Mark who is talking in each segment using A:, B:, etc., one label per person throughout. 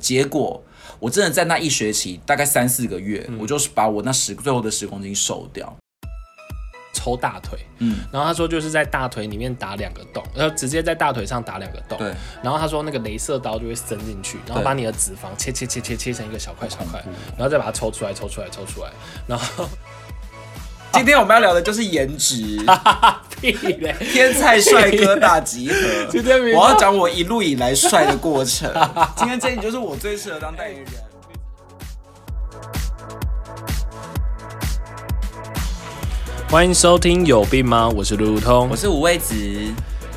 A: 结果我真的在那一学期大概三四个月，我就是把我那十最后的十公斤瘦掉。
B: 抽大腿，
A: 嗯，
B: 然后他说就是在大腿里面打两个洞，然后直接在大腿上打两个洞，
A: 对，
B: 然后他说那个镭射刀就会伸进去，然后
A: 对
B: 把你的脂肪切切切切切成一个小块小块，
A: 嗯
B: 然后再把它抽出来抽出来抽出来，然后
A: 今天我们要聊的就是颜 值，
B: 屁嘞，
A: 天才帅哥大集合。
B: 今天明
A: 我要讲我一路以来帅的过程。 今天这一集就是我最适合当代言人。
B: 欢迎收听有病吗？我是路路通
A: 我，是五味子，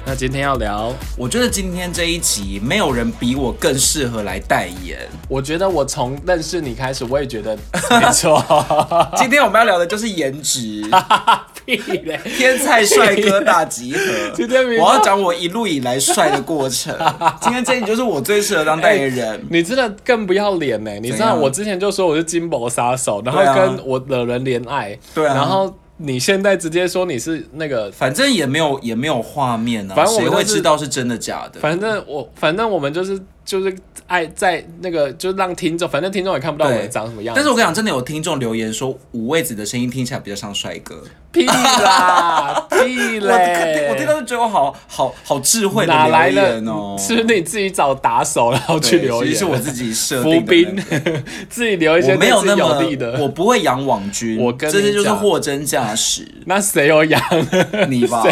B: 那今天要聊，
A: 我觉得今天这一集没有人比我更适合来代言。
B: 我觉得我从认识你开始，我也觉得 没错，
A: 今天我们要聊的就是颜 值，
B: 屁嘞，
A: 天才帅哥大集合。
B: 今天明
A: 我要讲我一路以来帅的过 程。今天这一集就是我最适合当代言人。
B: 你真的更不要脸呢、你知道
A: 怎样
B: 我之前就说我是金箔杀手，然后
A: 对啊
B: 跟我惹人怜爱，
A: 对啊
B: 然后你现在直接说你是那个，
A: 反正也没有也没有画面啊，
B: 反正我
A: 谁
B: 们
A: 会
B: 都是
A: 知道是真的假的？
B: 反正我反正我们就是就是爱在那个，就是让听众，反正听众也看不到我们长什么样子
A: 但是我跟你讲，真的有听众留言说五味子的声音听起来比较像帅哥。
B: 屁 啦屁
A: 我听
B: 嘞，
A: 我听到就觉得我好好好智慧的
B: 哪来
A: 留
B: 的
A: 言哦？？
B: 是不是你自己找打手然后去
A: 对
B: 留
A: 其
B: 言？
A: 实是我自己设
B: 伏
A: 定的那
B: 兵
A: 个。，
B: 自己留一些
A: 我没有
B: 对
A: 那
B: 自己
A: 么
B: 有利，的。
A: 我不会养网军，
B: 我跟你
A: 这些就是
B: 讲
A: 货真价实，
B: 那谁 有养？
A: 你 吧？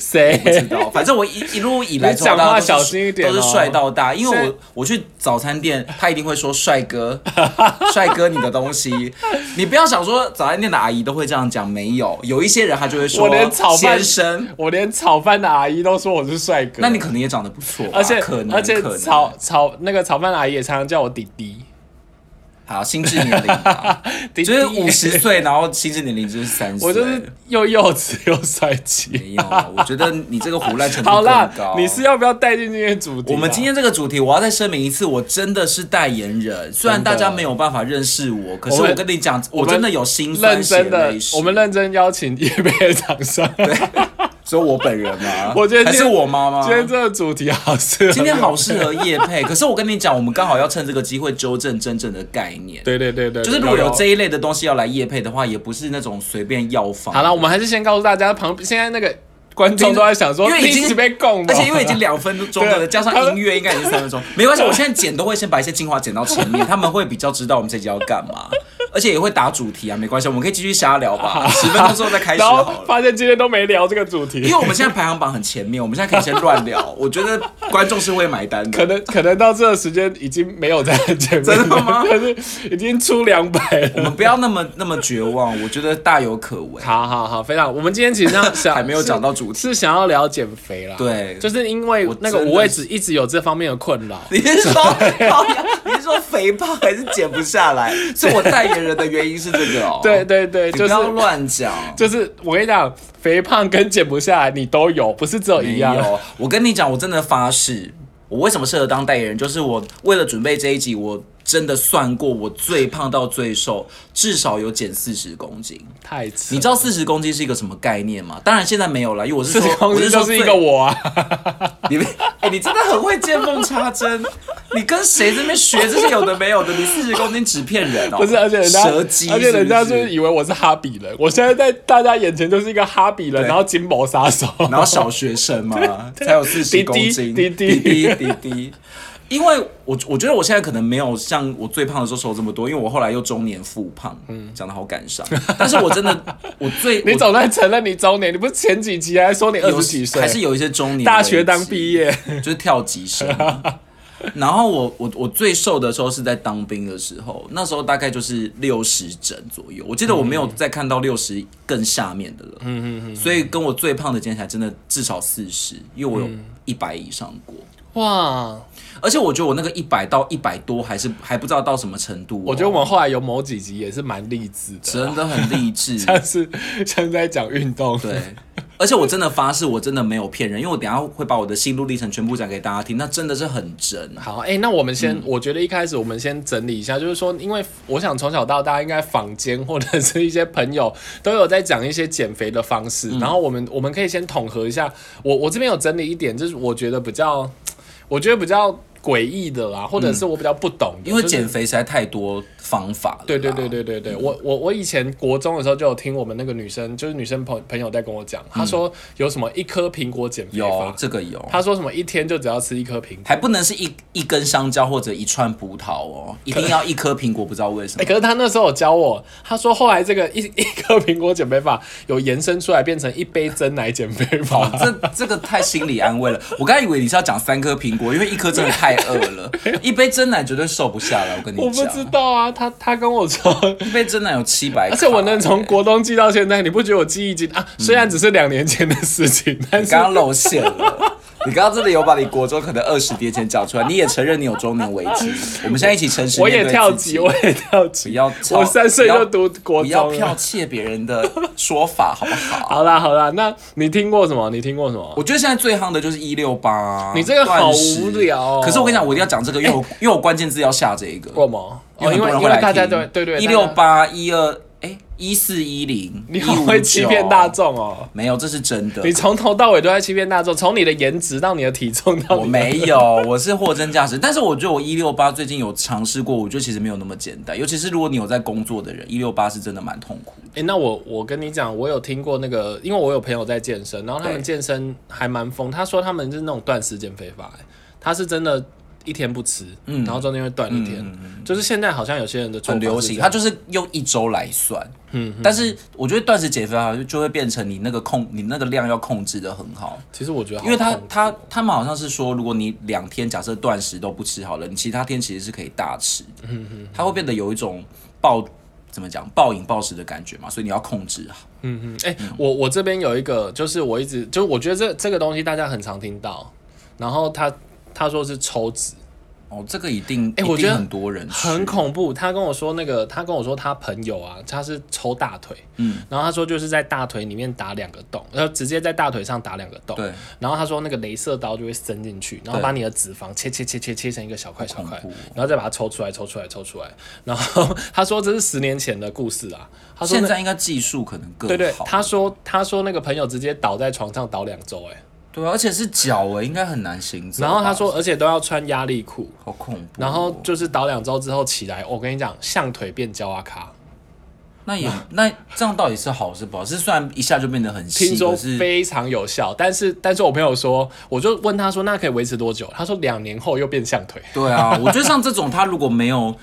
B: 谁？
A: 不知道，反正我一一路以来
B: 你
A: 从小
B: 讲
A: 到大
B: 话
A: 都是
B: 小心一点哦
A: 都是帅到大。因为
B: 现
A: 我我去早餐店，他一定会说帅哥， 帅哥你的东西。你不要想说早餐店的阿姨都会这样讲，没有，有一些人他就会说
B: 我连炒饭
A: 先生，
B: 我连炒饭的阿姨都说我是帅哥，
A: 那你可能也长得不错吧，
B: 而且
A: 可能
B: 而且
A: 可能
B: 炒炒那个炒饭的阿姨也常常叫我弟弟，
A: 好心智年龄吧，
B: 弟弟
A: 就是五十岁，然后心智年龄就是三十，
B: 我就是又幼稚又帅气。
A: 没有啊，我觉得你这个胡乱程度
B: 好
A: 更
B: 啦
A: 高。，
B: 你是要不要带进今天的主题啊？
A: 我们今天这个主题，我要再声明一次，我真的是代言人。虽然大家没有办法认识我，可是
B: 我们
A: 我跟你讲，
B: 我
A: 我
B: 们
A: 真的有心酸
B: 认
A: 血
B: 真的
A: 泪史，啊
B: 我们认真邀请叶贝厂商。
A: 只有我本人吗？
B: 我觉得
A: 还
B: 今天
A: 是我妈妈。
B: 今天这个主题好适合。
A: 今天好适合叶配， 可是我跟你讲，我们刚好要趁这个机会纠正真正的概念。
B: 对，对对对，
A: 就是如果有
B: 有
A: 这一类的东西要来叶配的话，也不是那种随便药方。
B: 好了，我们还是先告诉大家，旁现在那个观众都在想说，
A: 因为已经
B: 一直被供
A: 而
B: 了，
A: 且因为已经两分钟了，
B: 对
A: 加上音乐应该也是三分 钟，没关系。我现在剪都会先把一些精华剪到前面，他们会比较知道我们这集要干嘛，而且也会打主题啊，没关系，我们可以继续瞎聊吧。十分钟之后再开始
B: 然
A: 好
B: 后
A: 了。
B: 发现今天都没聊这个主题，
A: 因为我们现在排行榜很前面，我们现在可以先乱聊，我觉得观众是会买单
B: 可
A: 的。
B: 能可能到这个时间已经没有在前面，
A: 真的吗
B: 但是已经出两百
A: 我
B: 了。
A: 们不要那么那么绝望，我觉得大有可为。
B: 好好好，非常。我们今天其实上想
A: 还没有讲到主题，
B: 是是想要聊减肥啦，
A: 对
B: 就是因为
A: 我
B: 那个
A: 真的
B: 五味子一直有这方面的困扰。
A: 你是说靠腰你是说肥胖还是减不下来？是我代言人的原因是这个哦。
B: 对，对对，
A: 你
B: 就
A: 不
B: 是
A: 要乱讲。
B: 就是我跟你讲，肥胖跟减不下来你都有，不是只有一样。
A: 没有，我跟你讲，我真的发誓，我为什么适合当代言人，就是我为了准备这一集，我真的算过，我最胖到最瘦，至少有减四十公斤。
B: 太扯
A: 你，知道四十公斤是一个什么概念吗？当然现在没有了，因为我是
B: 这
A: 说，
B: 公
A: 我
B: 司
A: 说
B: 就是一
A: 最
B: 个我啊，
A: 你们，哎、你真的很会见缝插针。 你跟谁这边学这些有的没有的？你四十公斤只骗人哦！
B: 不是，而且人家，
A: 蛇姬是不
B: 而且人家就是
A: 是，
B: 以为我是哈比人，我现在在大家眼前就是一个哈比人，
A: 对
B: 然后金毛杀手。
A: 然后小学生嘛， 才有四十公斤，
B: 滴滴
A: 滴滴滴滴。因为我我觉得我现在可能没有像我最胖的时候瘦这么多，因为我后来又中年复胖，嗯，讲的好感伤。但是我真的，我最
B: 你
A: 我
B: 总在承认你中年，你不是前几集还说你二
A: 有
B: 十几岁，
A: 还是有一些中年
B: 大学当
A: 危机
B: 毕业？
A: 就是跳级 生嘛。然后我我我最瘦的时候是在当兵的时候，那时候大概就是六十整左右。我记得我没有
B: 嗯
A: 再看到六十更下面的了，嗯嗯嗯。所以跟我最胖的减起来，真的至少四十，因为我有
B: 嗯
A: 一百以上过。
B: 哇！
A: 而且我觉得我那个一百到一百多，还是还不知道到什么程度哦、
B: 我觉得我们后来有某几集也是蛮励志的啦，
A: 真的很励 志，
B: 像是像是在讲运动，
A: 对，而且我真的发誓，我真的没有骗人，因为我等一下会把我的心路历程全部讲给大家听，那真的是很真。 啊
B: 好，哎、那我们先，
A: 嗯
B: 我觉得一开始我们先整理一下，就是说，因为我想从小到大，应该坊间或者是一些朋友都有在讲一些减肥的方式，
A: 嗯
B: 然后我们我们可以先统合一下。我我这边有整理一点，就是我觉得比较，我觉得比较诡异的啦，或者是我比较不懂
A: 嗯
B: 的，
A: 因为
B: 就是
A: 减肥实在太多方法了。
B: 对对对，对对对，我我我以前国中的时候就有听我们那个女生，就是女生朋朋友在跟我讲，她说有什么一颗苹果减肥
A: 嗯有
B: 法，
A: 这个有，
B: 她说什么一天就只要吃一颗苹果，
A: 还不能是一一根香蕉或者一串葡萄哦，一定要一颗苹果，不知道为什
B: 哎、
A: 么。
B: 可是她那时候有教我，她说后来这个一一颗苹果减肥法有延伸出来变成一杯真奶减肥法，
A: 这这个太心理安慰了。我刚才以为你是要讲三颗苹果，因为一颗真的太饿 了，一杯真奶绝对瘦不下来。我跟你
B: 我不
A: 讲，
B: 知道啊，她她跟我 说，
A: 一杯真奶有七百，
B: 而且我能从国中记到现在，你不觉得我记忆紧啊？虽然只是两年前的事情，但
A: 嗯你
B: 是
A: 刚刚露馅了。你刚刚真的有把你国中可能二十年前讲出来，你也承认你有中年危机。我们现在一起诚实
B: 我
A: 面对
B: 也
A: 自己。
B: 跳级，我也跳
A: 不
B: 级，
A: 要抄，
B: 我三岁
A: 不要
B: 就读国
A: 不要
B: 中了
A: 剽窃别人的说法，好不好？
B: 好啦好啦，那你听过什么？你听过什么？
A: 我觉得现在最夯的就是一六八，
B: 你这个好
A: 断食
B: 无聊哦
A: 可是我跟你讲，我一定要讲这个，因为我因为我关键字要下这一个，
B: 过吗？哦，
A: 很
B: 因
A: 多
B: 为
A: 人
B: 因
A: 会
B: 为
A: 来
B: 大家
A: 听
B: 对对对，
A: 一六
B: 大家，
A: 八一二哎一四一零，
B: 你好会欺骗大，众哦！
A: 没有，这是真的
B: 你。从头到尾都在欺骗大众，从你的颜值到你的体重到
A: 我
B: 你
A: 没有， 我是货真价实。但是我觉得我一六八最近有尝试过，我觉得其实没有那么简单。尤其是如果你有在工作的人，一六八是真的蛮痛苦的。
B: 哎、那我我跟你讲，我有听过那个，因为我有朋友在健身，然后他们
A: 对
B: 健身还蛮疯，他说他们是那种断食减肥法、欸，他是真的一天不吃，
A: 嗯
B: 然后中间会断一天，就是现在好像有些人的做
A: 很
B: 法
A: 流
B: 是
A: 行，
B: 这
A: 它
B: 样
A: 就是用一周来算。嗯，但是我觉得断食减肥法就就会变成你那个控，你那个量要控制的很好。
B: 其实我觉得好
A: 因为他
B: 痛苦
A: 他他们好像是说，如果你两天假设断食都不吃好了，你其他天其实是可以大吃，
B: 嗯
A: 它会变得有一种暴怎么讲暴饮暴食的感觉嘛，所以你要控制好。
B: 嗯，哎、我我这边有一个，就是我一直就我觉得这这个东西大家很常听到，然后他他说是抽脂，
A: 哦，这个一定
B: 哎
A: 一
B: 我觉
A: 定
B: 得
A: 很多人吃
B: 很恐怖。他跟我说那个，他跟我说他朋友啊，他是抽大腿，
A: 嗯，
B: 然后他说就是在大腿里面打两个洞，然后直接在大腿上打两个洞，
A: 对，
B: 然后他说那个镭射刀就会伸进去，然后
A: 对
B: 把你的脂肪切切切切切成一个小块小块
A: 好恐怖哦，
B: 然后再把它抽出来抽出来抽出来，然后 他说这是十年前的故事啊，他说
A: 现
B: 那
A: 在应该技术可能更
B: 对对
A: 好，，
B: 他说他说那个朋友直接倒在床上倒两周，哎。
A: 对啊，而且是脚哎，应该很难行走吧。
B: 然后他说，而且都要穿压力裤，
A: 好恐怖哦，
B: 然后就是倒两周之后起来，我跟你讲，象腿变焦阿卡，
A: 那也那这样到底是好是不好？是虽然一下就变得很细，
B: 听说
A: 可是
B: 非常有效。但是，但是我朋友说，我就问他说，那可以维持多久？他说两年后又变象腿。
A: 对啊，我觉得像这种他如果没有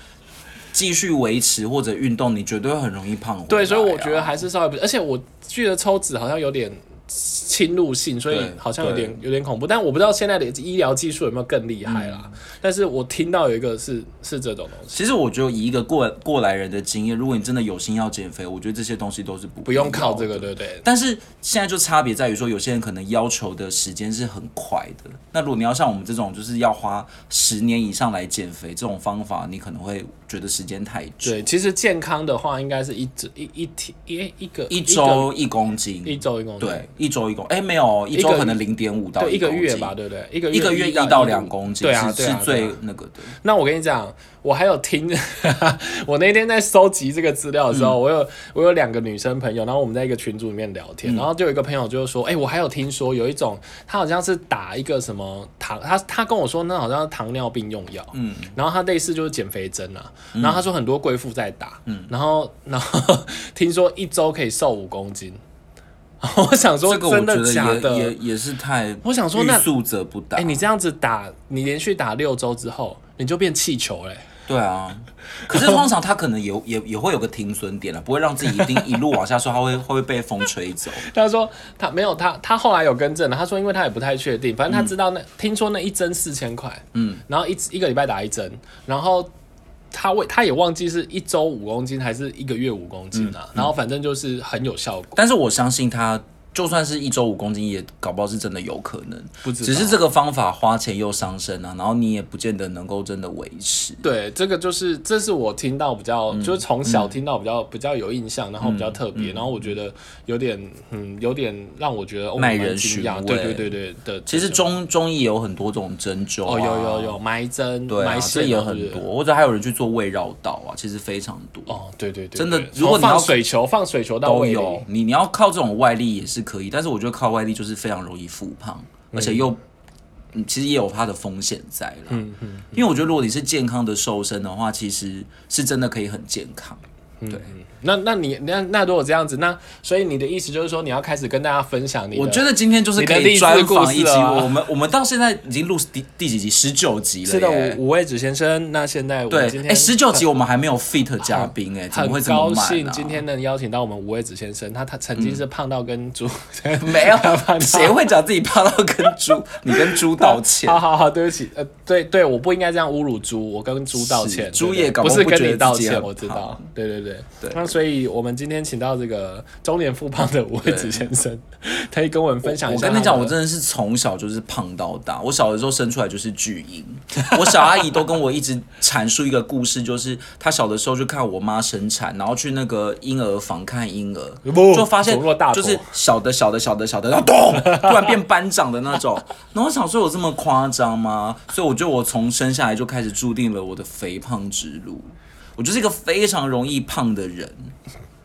A: 继续维持或者运动，你绝对会很容易胖回来啊、
B: 对，所以我觉得还是稍微不，而且我记得抽脂好像有点侵入性，所以
A: 对
B: 好像有点有点恐怖。但我不知道现在的医疗技术有没有更厉害
A: 嗯
B: 啦。但是我听到有一个是是这种东西，
A: 其实我觉得以一个过过来人的经验，如果你真的有心要减肥，我觉得这些东西都是不
B: 不用靠这
A: 必要
B: 个，
A: 的。
B: 对不对？
A: 但是现在就差别在于说，有些人可能要求的时间是很快的。那如果你要像我们这种，就是要花十年以上来减肥这种方法，你可能会觉得时间太久，
B: 对，其实健康的话，应该是一周一一天一一个
A: 一
B: 个
A: 周一公斤，
B: 一周一公斤，
A: 对，一周一公，哎、没有，一周
B: 一个
A: 可能零点五到
B: 对，一个
A: 公
B: 月
A: 斤
B: 吧，，对不对？一个
A: 一个月
B: 月
A: 一到两公斤，
B: 对啊，
A: 是
B: 对啊
A: 是
B: 对啊
A: 最那个的。
B: 那我跟你讲，我还有听， 我那天在收集这个资料的时候，
A: 嗯
B: 我有我有两个女生朋友，然后我们在一个群组里面聊
A: 嗯
B: 天，然后就有一个朋友就说，哎、我还有听说有一种，他好像是打一个什么糖，他他跟我说那好像是糖尿病用药，嗯，然后他类似就是减肥针啊，
A: 嗯
B: 然后他说很多贵妇在打，嗯，然后然后听说一周可以瘦五公斤， 我想说
A: 这个我
B: 真
A: 觉
B: 的假
A: 得
B: 的？
A: 也也也是太，
B: 我想说
A: 欲
B: 那
A: 速则不达。
B: 哎、你这样子打，你连续打六周之后，你就变气球欸嘞、
A: 对啊， 可是通常他可能有也也会有个停损点啊了，不会让自己一定一路往下说，他会会被风吹走。
B: 他说他没有他，他后来有更正了。他说因为他也不太确定，反正他知道那、听说那一针四千块，嗯，然后一一个礼拜打一针，然后他为他也忘记是一周五公斤还是一个月五公斤啊，然后反正就是很有效果。
A: 但是我相信他，就算是一周五公斤，也搞不好是真的有可能。
B: 不知道
A: 只是这个方法花钱又伤身啊，然后你也不见得能够真的维持。
B: 对，这个就是这是我听到比较，就是从小听到比较、比较有印象，然后比较特别，然后我觉得有点嗯，有点让我觉得、哦、
A: 耐
B: 蛮
A: 人
B: 惊
A: 寻
B: 讶
A: 味
B: 对对对对的。
A: 其实
B: 这种
A: 中中医也有很多这种针灸、啊，
B: 哦，有有有埋针、
A: 对啊
B: 埋，
A: 这
B: 线
A: 也
B: 啊
A: 有很。
B: 对不对
A: 多，或者还有人去做胃绕道啊，其实非常多。
B: 哦，对对对，
A: 真的
B: 对
A: 如果
B: 从
A: 你要
B: 放水球，放水球到
A: 都
B: 胃里
A: 有。你
B: 嗯
A: 你要靠这种外力也是可以，但是我觉得靠外力就是非常容易复胖，而且又嗯其实也有它的风险在了。嗯嗯，因为我觉得如果你是健康的瘦身的话，其实是真的可以很健康。
B: 嗯
A: 对，
B: 那那你那那如果这样子，那所以你的意思就是说，你要开始跟大家分享你的，
A: 我觉得今天就是
B: 你的
A: 可
B: 励
A: 以
B: 志
A: 专
B: 故
A: 访
B: 事
A: 一集，
B: 了啊
A: 我们我们到现在已经录第第几集？十九集了
B: 是的，
A: 耶
B: 五五位子先生。那现在我们今
A: 对，
B: 天
A: 哎，十九集我们还没有 fit 嘉宾哎，怎
B: 很
A: 么会这么
B: 高
A: 慢
B: 兴
A: 呢？
B: 今天能邀请到我们五位子先生，他他曾经是胖到跟 猪
A: 没有，
B: 胖
A: 谁会讲自己胖到跟猪？你跟猪道歉
B: 好。好好，对不起，呃，对对，我不应该这样侮辱猪，我跟猪道歉
A: 是，
B: 对
A: 猪
B: 对
A: 也搞
B: 不
A: 不好
B: 是
A: 不
B: 跟
A: 觉
B: 你
A: 得
B: 道
A: 自己
B: 歉，
A: 很
B: 我知
A: 胖
B: 道，对对对
A: 对
B: 那所以我们今天请到这个中年复胖的五位子先生， 可以跟我们分享一
A: 我
B: 下他
A: 跟
B: 的。
A: 你讲，我真的是从小就是胖到大。我小的时候生出来就是巨婴， 我小阿姨都跟我一直阐述一个故事，就是她小的时候就看我妈生产，然后去那个婴儿房看婴儿，
B: 不
A: 就发现
B: 走入大
A: 就
B: 头啊
A: 是小的小的小的小的，然后咚，突然变班长的那种。 然后我想说，有这么夸张吗？所以我觉得我从生下来就开始注定了我的肥胖之路。我就是一个非常容易胖的人，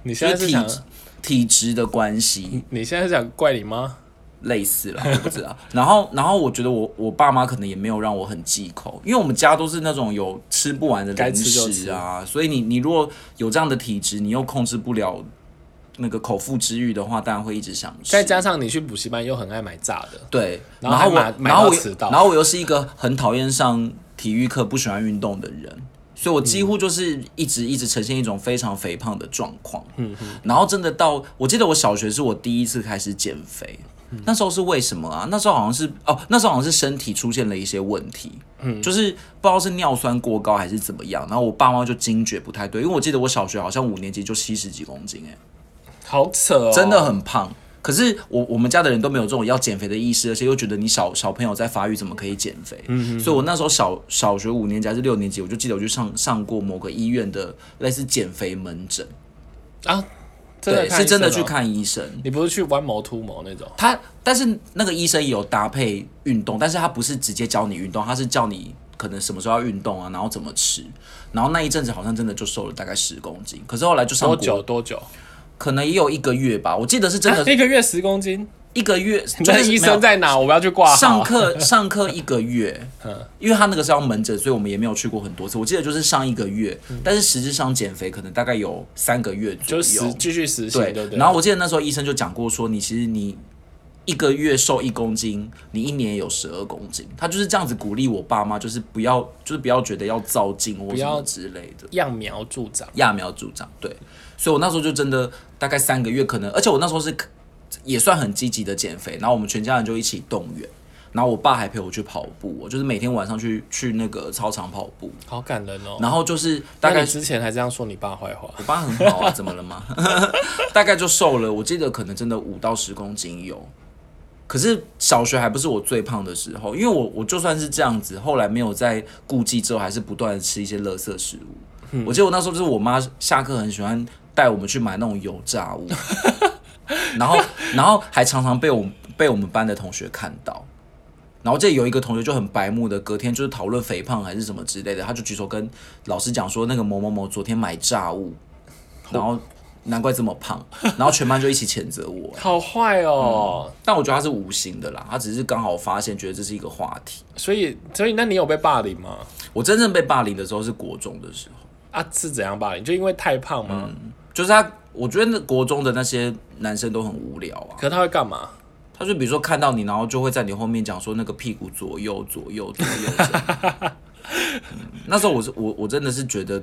B: 你现
A: 就是
B: 在是
A: 体
B: 想，
A: 体质的关系。
B: 你现在是想怪你妈？
A: 类似了， 我不知道。然后，然后我觉得我我爸妈可能也没有让我很忌口，因为我们家都是那种有吃不完的
B: 该
A: 零
B: 吃就吃
A: 食啊，所以你你如果有这样的体质，你又控制不了那个口腹之欲的话，当然会一直想吃。
B: 再加上你去补习班又很爱买炸的，
A: 对，然
B: 然后还
A: 后我
B: 买买
A: 然后
B: 到
A: 我
B: 迟到
A: 然后我又是一个很讨厌上体育课、不喜欢运动的人，所以我几乎就是一直一直呈现一种非常肥胖的状况。嗯然后真的到，我记得我小学是我第一次开始减肥。
B: 嗯
A: 那时候是为什么啊？那时候好像是哦，那时候好像是身体出现了一些问题，嗯，就是不知道是尿酸过高还是怎么样。然后我爸妈就惊觉不太对，因为我记得我小学好像五年级就七十几公斤、欸，
B: 好扯哦，
A: 真的很胖。可是我我们家的人都没有这种要减肥的意识，而且又觉得你小小朋友在发育，怎么可以减肥？
B: 嗯
A: 所以我那时候小小学五年级还是六年级，我就记得我去上上过某个医院的类似减肥门诊，
B: 啊，真的
A: 对，是真的
B: 看医生
A: 去
B: 哦，
A: 看医生。
B: 你不是去弯毛秃毛那种？
A: 他但是那个医生也有搭配运动，但是他不是直接教你运动，他是教你可能什么时候要运动啊，然后怎么吃。然后那一阵子好像真的就瘦了大概十公斤，可是后来就上
B: 多
A: 国
B: 久多久？
A: 可能也有一个月吧，我记得是 真的
B: 啊一个月十公斤，
A: 一个月，就
B: 那
A: 是
B: 医
A: 没有
B: 生在哪？我们要去挂号。
A: 上课上课一个月，
B: 嗯
A: 因为他那个是要门诊，所以我们也没有去过很多次。我记得就是上一个月，但是实质上减肥可能大概有三个月左
B: 嗯就
A: 右。
B: 实继续实行，对
A: 对
B: 不对？
A: 然后我记得那时候医生就讲过说，你其实你一个月瘦一公斤，你一年有十二公斤。他就是这样子鼓励我爸妈，就是不要就是不要觉得要造进或
B: 不
A: 什
B: 要
A: 么之类的。
B: 揠苗助长，
A: 揠苗助长，对。所以我那时候就真的大概三个月，可能而且我那时候是也算很积极的减肥，然后我们全家人就一起动员，然后我爸还陪我去跑步，我就是每天晚上去去那个操场跑步，
B: 好感人哦。
A: 然后就是大
B: 那
A: 概
B: 你之前还这样说你爸坏话，
A: 我爸很好啊，怎么了吗？ 大概就瘦了，我记得可能真的五到十公斤有。可是小学还不是我最胖的时候，因为我我就算是这样子，后来没有在顾忌之后，还是不断的吃一些垃圾食物。我记得我那时候就是我妈下课很喜欢带我们去买那种油炸物， 然后然后还常常被我们被我们班的同学看到。然后这有一个同学就很白目的，隔天就是讨论肥胖还是什么之类的，他就举手跟老师讲说那个某某某昨天买炸物，然后难怪这么胖，然后全班就一起谴责我。
B: 好坏哦。
A: 但我觉得他是无心的啦，他只是刚好发现，觉得这是一个话题。
B: 所以，所以那你有被霸凌吗？
A: 我真正被霸凌的时候是国中的时候，
B: 啊，是怎样霸凌？就因为太胖吗？
A: 就是他，我觉得那国中的那些男生都很无聊啊。
B: 可是他会干嘛？
A: 他就比如说看到你，然后就会在你后面讲说那个屁股左右左右左右这样。嗯那时候我是我我真的是觉得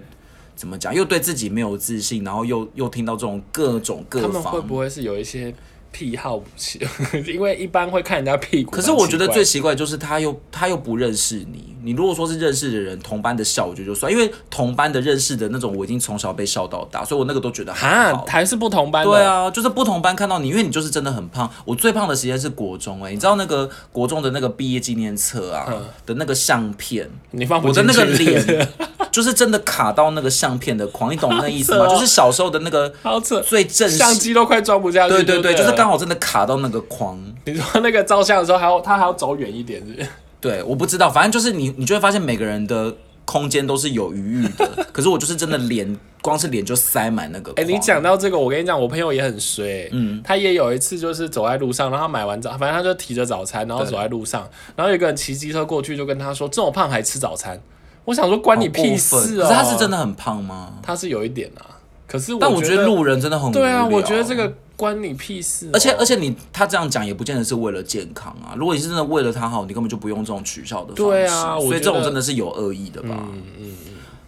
A: 怎么讲，又对自己没有自信，然后又又听到这种各种各
B: 他
A: 方。
B: 们会不会是有一些癖好不是？ 因为一般会看人家屁股。
A: 可是我觉得
B: 蛮奇怪
A: 最奇怪就是他又他又不认识你，你如果说是认识的人，同班的笑我觉得就算，因为同班的认识的那种，我已经从小被笑到大，所以我那个都觉得还
B: 哈
A: 好。
B: 啊还是不同班的。
A: 对，啊，就是不同班看到你，因为你就是真的很胖。我最胖的时间是国中、欸，哎，你知道那个国中的那个毕业纪念册啊、的那个相片，
B: 你放嗯不
A: 我的
B: 进
A: 那
B: 去
A: 个脸就是真的卡到那个相片的框，你懂那意思吗？
B: 好扯哦
A: 就是小时候的那个
B: 好扯，
A: 最正式，
B: 相机都快装不下去。
A: 对
B: 对
A: 对对，
B: 了
A: 就是刚好真的卡到那个框。
B: 你说那个 照相的时候，还要他还要走远一点是不是
A: 对，我不知道，反正就是你，你就会发现每个人的空间都是有余裕 的，可是我就是真的脸，光是脸就塞满那个。
B: 哎、你讲到这个，我跟你讲，我朋友也很衰、嗯，他也有一次就是走在路上，然后他买完早，反正他就提着早餐，然后走在路上，然后有一个人骑机车过去，就跟他说：“这么胖还吃早餐？”我想说关你屁事
A: 哦！
B: 哦、
A: 可是他是真的，很胖吗？
B: 他是有一点啊，可是
A: 但我觉得路人真的很无
B: 对啊，
A: 聊
B: 我觉得这个关你屁事哦、
A: 而且而且你他这样讲也不见得是为了健康啊。如果你是真的为了他好，你根本就不用这种取笑的方式。
B: 对啊我
A: 所以
B: 觉
A: 这种
B: 得
A: 真的是有恶意的吧？嗯嗯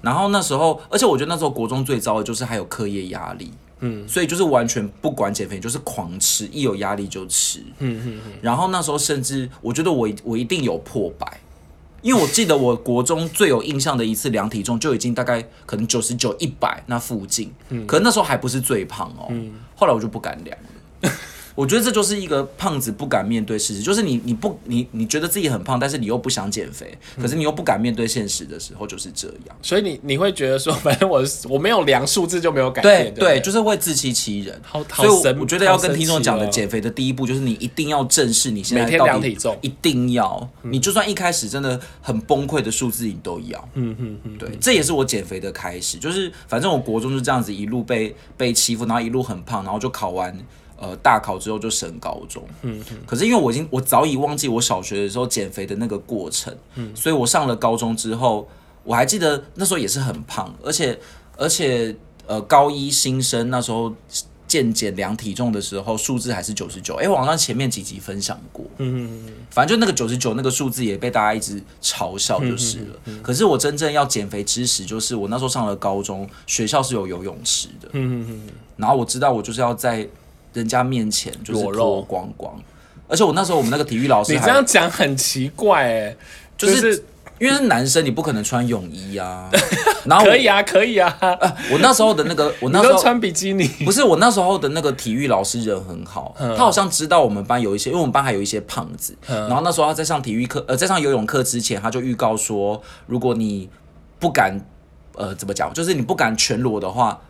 A: 然后那时候，而且我觉得那时候国中最糟的就是还有课业压力。嗯，所以就是完全不管减肥，就是狂吃，一有压力就吃。嗯嗯。然后那时候甚至我觉得我一我一定有破百，因为我记得我国中最有印象的一次量体重就已经大概可能九十九、一百那附近，可能那时候还不是最胖哦。后来我就不敢量了。我觉得这就是一个胖子不敢面对事实，就是你你不你你觉得自己很胖，但是你又不想减肥，可是你又不敢面对现实的时候，就是这样。
B: 所以你你会觉得说，反正我我没有量数字就没有改
A: 对
B: 变，对
A: 对，
B: 不
A: 就是会自欺欺人。
B: 好
A: 所
B: 好
A: 以
B: 神
A: 我我觉得要
B: 好
A: 跟
B: 神
A: 听众
B: 奇
A: 讲的
B: 哦
A: 减肥的第一步就是你一定要正视你现在
B: 每天
A: 到
B: 量
A: 底
B: 体重嗯
A: 一定要，你就算一开始真的很崩溃的数字你都要。嗯嗯嗯，对，这也是我减肥的开始，就是反正我国中就这样子一路被被欺负，然后一路很胖，然后就考完。呃，大考之后就升高中，嗯，可是因为我已经我早已忘记我小学的时候减肥的那个过程，嗯，所以我上了高中之后，我还记得那时候也是很胖，而且而且呃高一新生那时候健检量体重的时候，数字还是九十九。哎，我好像前面几集分享过，嗯反正就那个九十九那个数字也被大家一直嘲笑就是了。可是我真正要减肥知识，就是我那时候上了高中，学校是有游泳池的，嗯然后我知道我就是要在人家面前就是
B: 裸露
A: 脱光光，而且我那时候我们那个体育老师
B: 你
A: 还
B: 这样讲很奇怪哎、就
A: 就是
B: 是
A: 因为是男生，你不可能穿泳衣 啊。然后我
B: 可以啊，可以啊，
A: 我那时候的那 个，我
B: 你
A: 那时
B: 都
A: 候
B: 穿比基 尼，
A: 不是我那时候的那个体育老师人很好，
B: 嗯
A: 他好像知道我们班有一些，因为我们班还有一些胖子。然后那时候他在上体育课，呃，在上游泳课之前，他就预告说，如果你不敢，呃，怎么讲，就是你不敢全裸的话，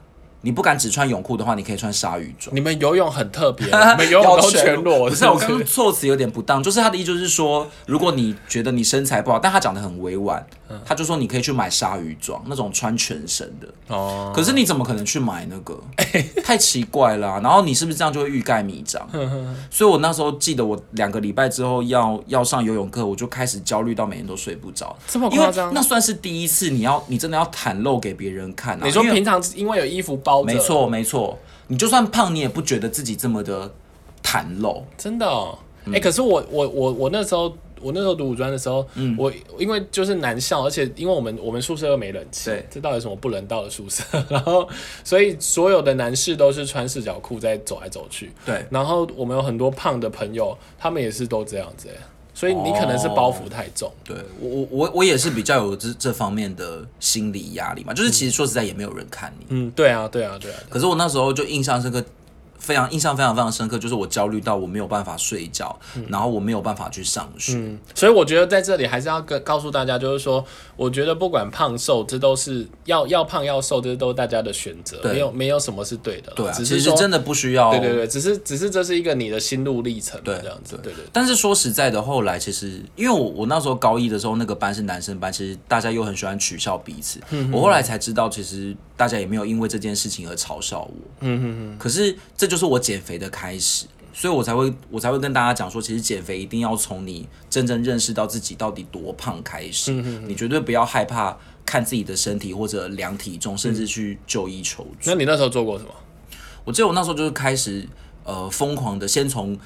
A: 你不敢只穿泳裤的话，你可以穿鲨鱼装。
B: 你们游泳很特别， 你们游泳都全裸，
A: 哦不是啊
B: 是
A: 我
B: 不
A: 刚刚
B: 是？
A: 措辞有点不当，就是他的意思就是说，如果你觉得你身材不好，但他讲的很委婉，
B: 嗯
A: 他就说你可以去买鲨鱼装那种穿全身的，
B: 哦，
A: 可是你怎么可能去买那 个？
B: 哎
A: 太奇怪了啊、然后你是不是这样就会欲盖弥 彰？
B: 嗯
A: 所以我那时候记得，我两个礼拜之后要要上游泳课，我就开始焦虑到每天都睡不着。
B: 这么
A: 因为
B: 夸张
A: 那？算是第一次，你要你真的要袒露给别人看啊！
B: 你说
A: 因为
B: 平常因为有衣服包着，
A: 没，错没错，你就算胖，你也不觉得自己这么的袒露。
B: 真的、哦。哎、可是我我我我那时候。我那时候读五专的时候，我因为就是男校，而且因为我们我们宿舍又没冷气
A: 对，
B: 这到底什么不人道的宿舍？ 然后，所以所有的男士都是穿四角裤在走来走去。
A: 对，
B: 然后我们有很多胖的朋友，他们也是都这样子、欸，所以你可能是包袱太重。
A: 对我我我我也是比较有这这方面的心理压力嘛，就是其实说实在也没有人看你，
B: 嗯，对啊，对啊，对啊，
A: 可是我那时候就印象深刻，非常印象非常非常深刻，就是我焦虑到我没有办法睡觉，然后我没有办法去上学，
B: 嗯，所以我觉得在这里还是要跟告诉大家，就是说，我觉得不管胖瘦，这都是要要胖要瘦，这都是大家的选择，
A: 对
B: 没有没有什么是对的啦，
A: 对啊，
B: 只
A: 其
B: 是
A: 实
B: 说，
A: 真的不需要，
B: 对对对，只是只是这是一个你的心路历程嘛，
A: 对
B: 这样子，对对
A: 但是说实在的，后来其实因为我我那时候高一的时候，那个班是男生班，其实大家又很喜欢取笑彼此。我后来才知道，其实大家也没有因为这件事情而嘲笑我。可是这就是我减肥的开始，所以我才会我才会跟大家讲说，其实减肥一定要从你真正认识到自己到底多胖开始。你绝对不要害怕看自己的身体或者量体重，甚至去就医求助。
B: 那你那时候做过什么？
A: 我记得我那时候就是开始呃疯狂的先从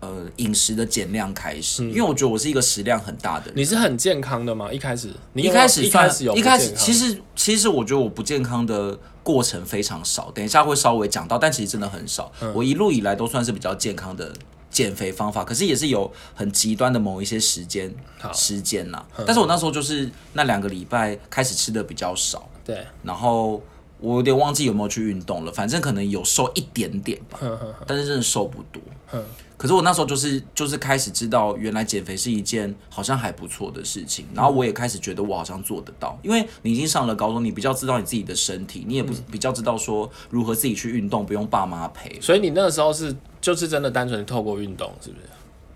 A: 呃饮食的减量开始，
B: 嗯
A: 因为我觉得我是一个食量很大的人。
B: 你是很健康的吗？一开始，你
A: 一
B: 有没有
A: 开始
B: 一
A: 算
B: 开始有
A: 一
B: 不
A: 开始
B: 健康
A: 其实其实我觉得我不健康的过程非常少，等一下会稍微讲到，但其实真的很少。
B: 嗯
A: 我一路以来都算是比较健康的减肥方法，可是也是有很极端的某一些时间
B: 好嗯
A: 时间啦。但是我那时候就是那两个礼拜开始吃的比较少，
B: 对，
A: 然后我有点忘记有没有去运动了，反正可能有瘦一点点吧，但是真的瘦不多。
B: 嗯
A: 可是我那时候就是就是开始知道，原来减肥是一件好像还不错的事
B: 嗯
A: 情，然后我也开始觉得我好像做得到，因为你已经上了高中，你比较知道你自己的身体，你也
B: 嗯
A: 不比较知道说如何自己去运动，不用爸妈陪，
B: 所以你那个时候是就是真的单纯透过运动，是不是？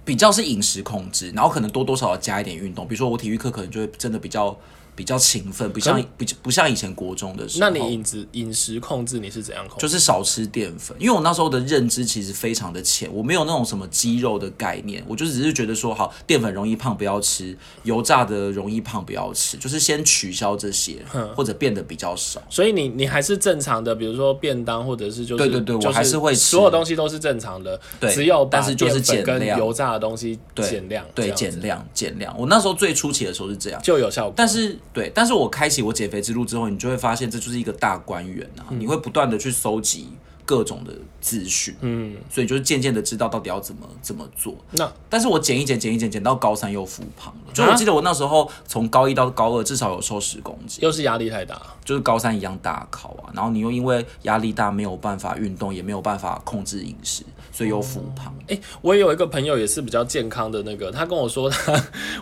A: 比较是饮食控制，然后可能多多少少加一点运动，比如说我体育课可能就会真的比较比较勤奋，不像不不像以前国中的时
B: 那
A: 候。
B: 你饮食饮食控制你是怎样控制？
A: 就是少吃淀粉，因为我那时候的认知其实非常的浅，我没有那种什么肌肉的概念，我就只是觉得说，好，淀粉容易胖，不要吃；油炸的容易胖，不要吃，就是先取消这些，或者变得比较少。
B: 所以你你还是正常的，比如说便当或者是就是
A: 对对对
B: 就是
A: 我还是会吃
B: 所有东西都是正常的，
A: 对
B: 只有把
A: 但是就是
B: 淀粉
A: 减
B: 跟
A: 量
B: 油炸的东西
A: 对
B: 减量，
A: 对，
B: 这样
A: 减量减量。我那时候最初期的时候是这样，
B: 就有效果。
A: 但是对，但是我开启我减肥之路之后，你就会发现这就是一个大观园啊，
B: 嗯
A: 你会不断的去搜集各种的资讯，嗯，所以就是渐渐的知道到底要怎么怎么做。
B: 那
A: 但是我减一减，减一减，减到高三又复胖了。就我记得我那时候从高一到高二至少有瘦十公斤，
B: 又是压力太大，
A: 就是高三一样大考啊。然后你又因为压力大没有办法运动，也没有办法控制饮食，所以又复胖。
B: 哎、我也有一个朋友也是比较健康的那个，他跟我说他，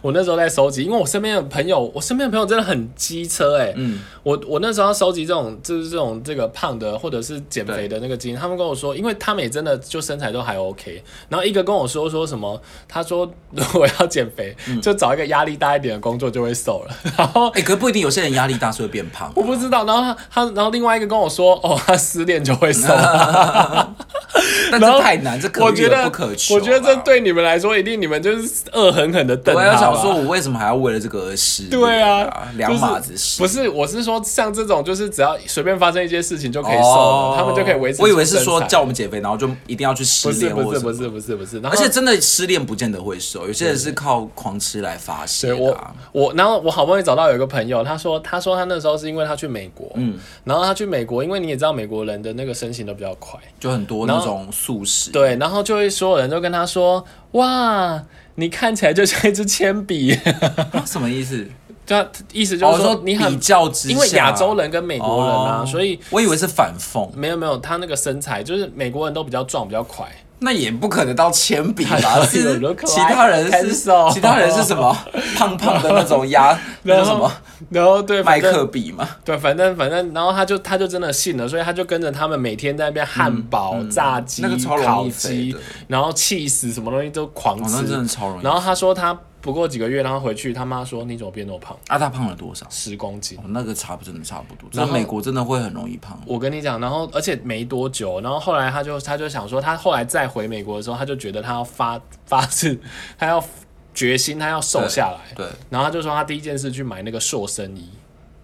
B: 我那时候在收集，因为我身边的朋友，我身边的朋友真的很机车哎、嗯，我我那时候要收集这种就是这种这个胖的或者是减肥的那个基因，他们跟我说，因为他们也真的就身材都还 OK，然后一个跟我说说什么，他说如果要减肥，
A: 嗯
B: 就找一个压力大一点的工作就会瘦了， 然后
A: 哎、可不一定，有些人压力大是会变胖啊。
B: 我不知道，然后他他然后另外一个跟我说，哦，他失恋就会瘦。
A: 但
B: 然后
A: 这太难，这啊可
B: 我
A: 遇
B: 觉
A: 而
B: 得
A: 不可求啊。
B: 我觉得这对你们来说，一定你们就是恶狠狠的瞪
A: 我
B: 他
A: 还
B: 吧。
A: 要想说，我为什么还要为了这个而失恋？
B: 对啊
A: 啊，，两码子
B: 就是
A: 事。
B: 不是，我是说，像这种就是只要随便发生一些事情就可以瘦了，
A: 哦
B: 他们就可以维持出身材。
A: 我以为是说叫我们减肥，然后就一定要去失
B: 不是
A: 恋或
B: 不
A: 者
B: 是
A: 什么
B: 不是不是不是，然后
A: 而且真的失恋不见得会瘦，有些人是靠狂吃来发泄
B: 对
A: 的
B: 我
A: 啊、
B: 我，然后我好不容易找到有一个朋友，他说他说他那时候是因为他去美国，嗯，然后他去美国，因为你也知道美国人的那个身形都比较快，
A: 就很多
B: 然
A: 那
B: 后
A: 种素食。
B: 对，然后就会所有人都跟他说，哇，你看起来就像一支铅笔，
A: 啊 什么意思？
B: 就他意思就
A: 哦，
B: 是
A: 说
B: 你很
A: 比较之下，
B: 因为亚洲人跟美国人啊，
A: 哦
B: 所以
A: 我以为是反讽，
B: 没有没有他那个身材，就是美国人都比较壮，比较快。
A: 那也不可能到铅笔吧？
B: 有
A: 是
B: 多可爱
A: 其他人
B: 看
A: 是
B: 手
A: 其他人是什么胖胖的那种牙，那叫什么
B: 然后对
A: 麦
B: 反正
A: 克笔嘛？
B: 对，反正反正，然后他就他就真的信了，所以他就跟着他们每天在那边汉堡、炸鸡、
A: 那个超容易
B: 烤
A: 肥
B: 鸡
A: 的，
B: 然后气死什么东西都狂
A: 哦，
B: 吃。
A: 那真的超容易。
B: 然后他说他不过几个月，然后回去他妈说你怎么变那么胖，
A: 阿大啊胖了多少？
B: 十公斤。
A: 哦，那个差不真的差不多。
B: 然
A: 那
B: 后
A: 美国真的会很容易胖。
B: 我跟你讲，然后而且没多久，然后后来他就他就想说，他后来再回美国的时候，他就觉得他要发发誓，他要决心，他要瘦下来。
A: 对，
B: 然后他就说他第一件事去买那个塑身衣，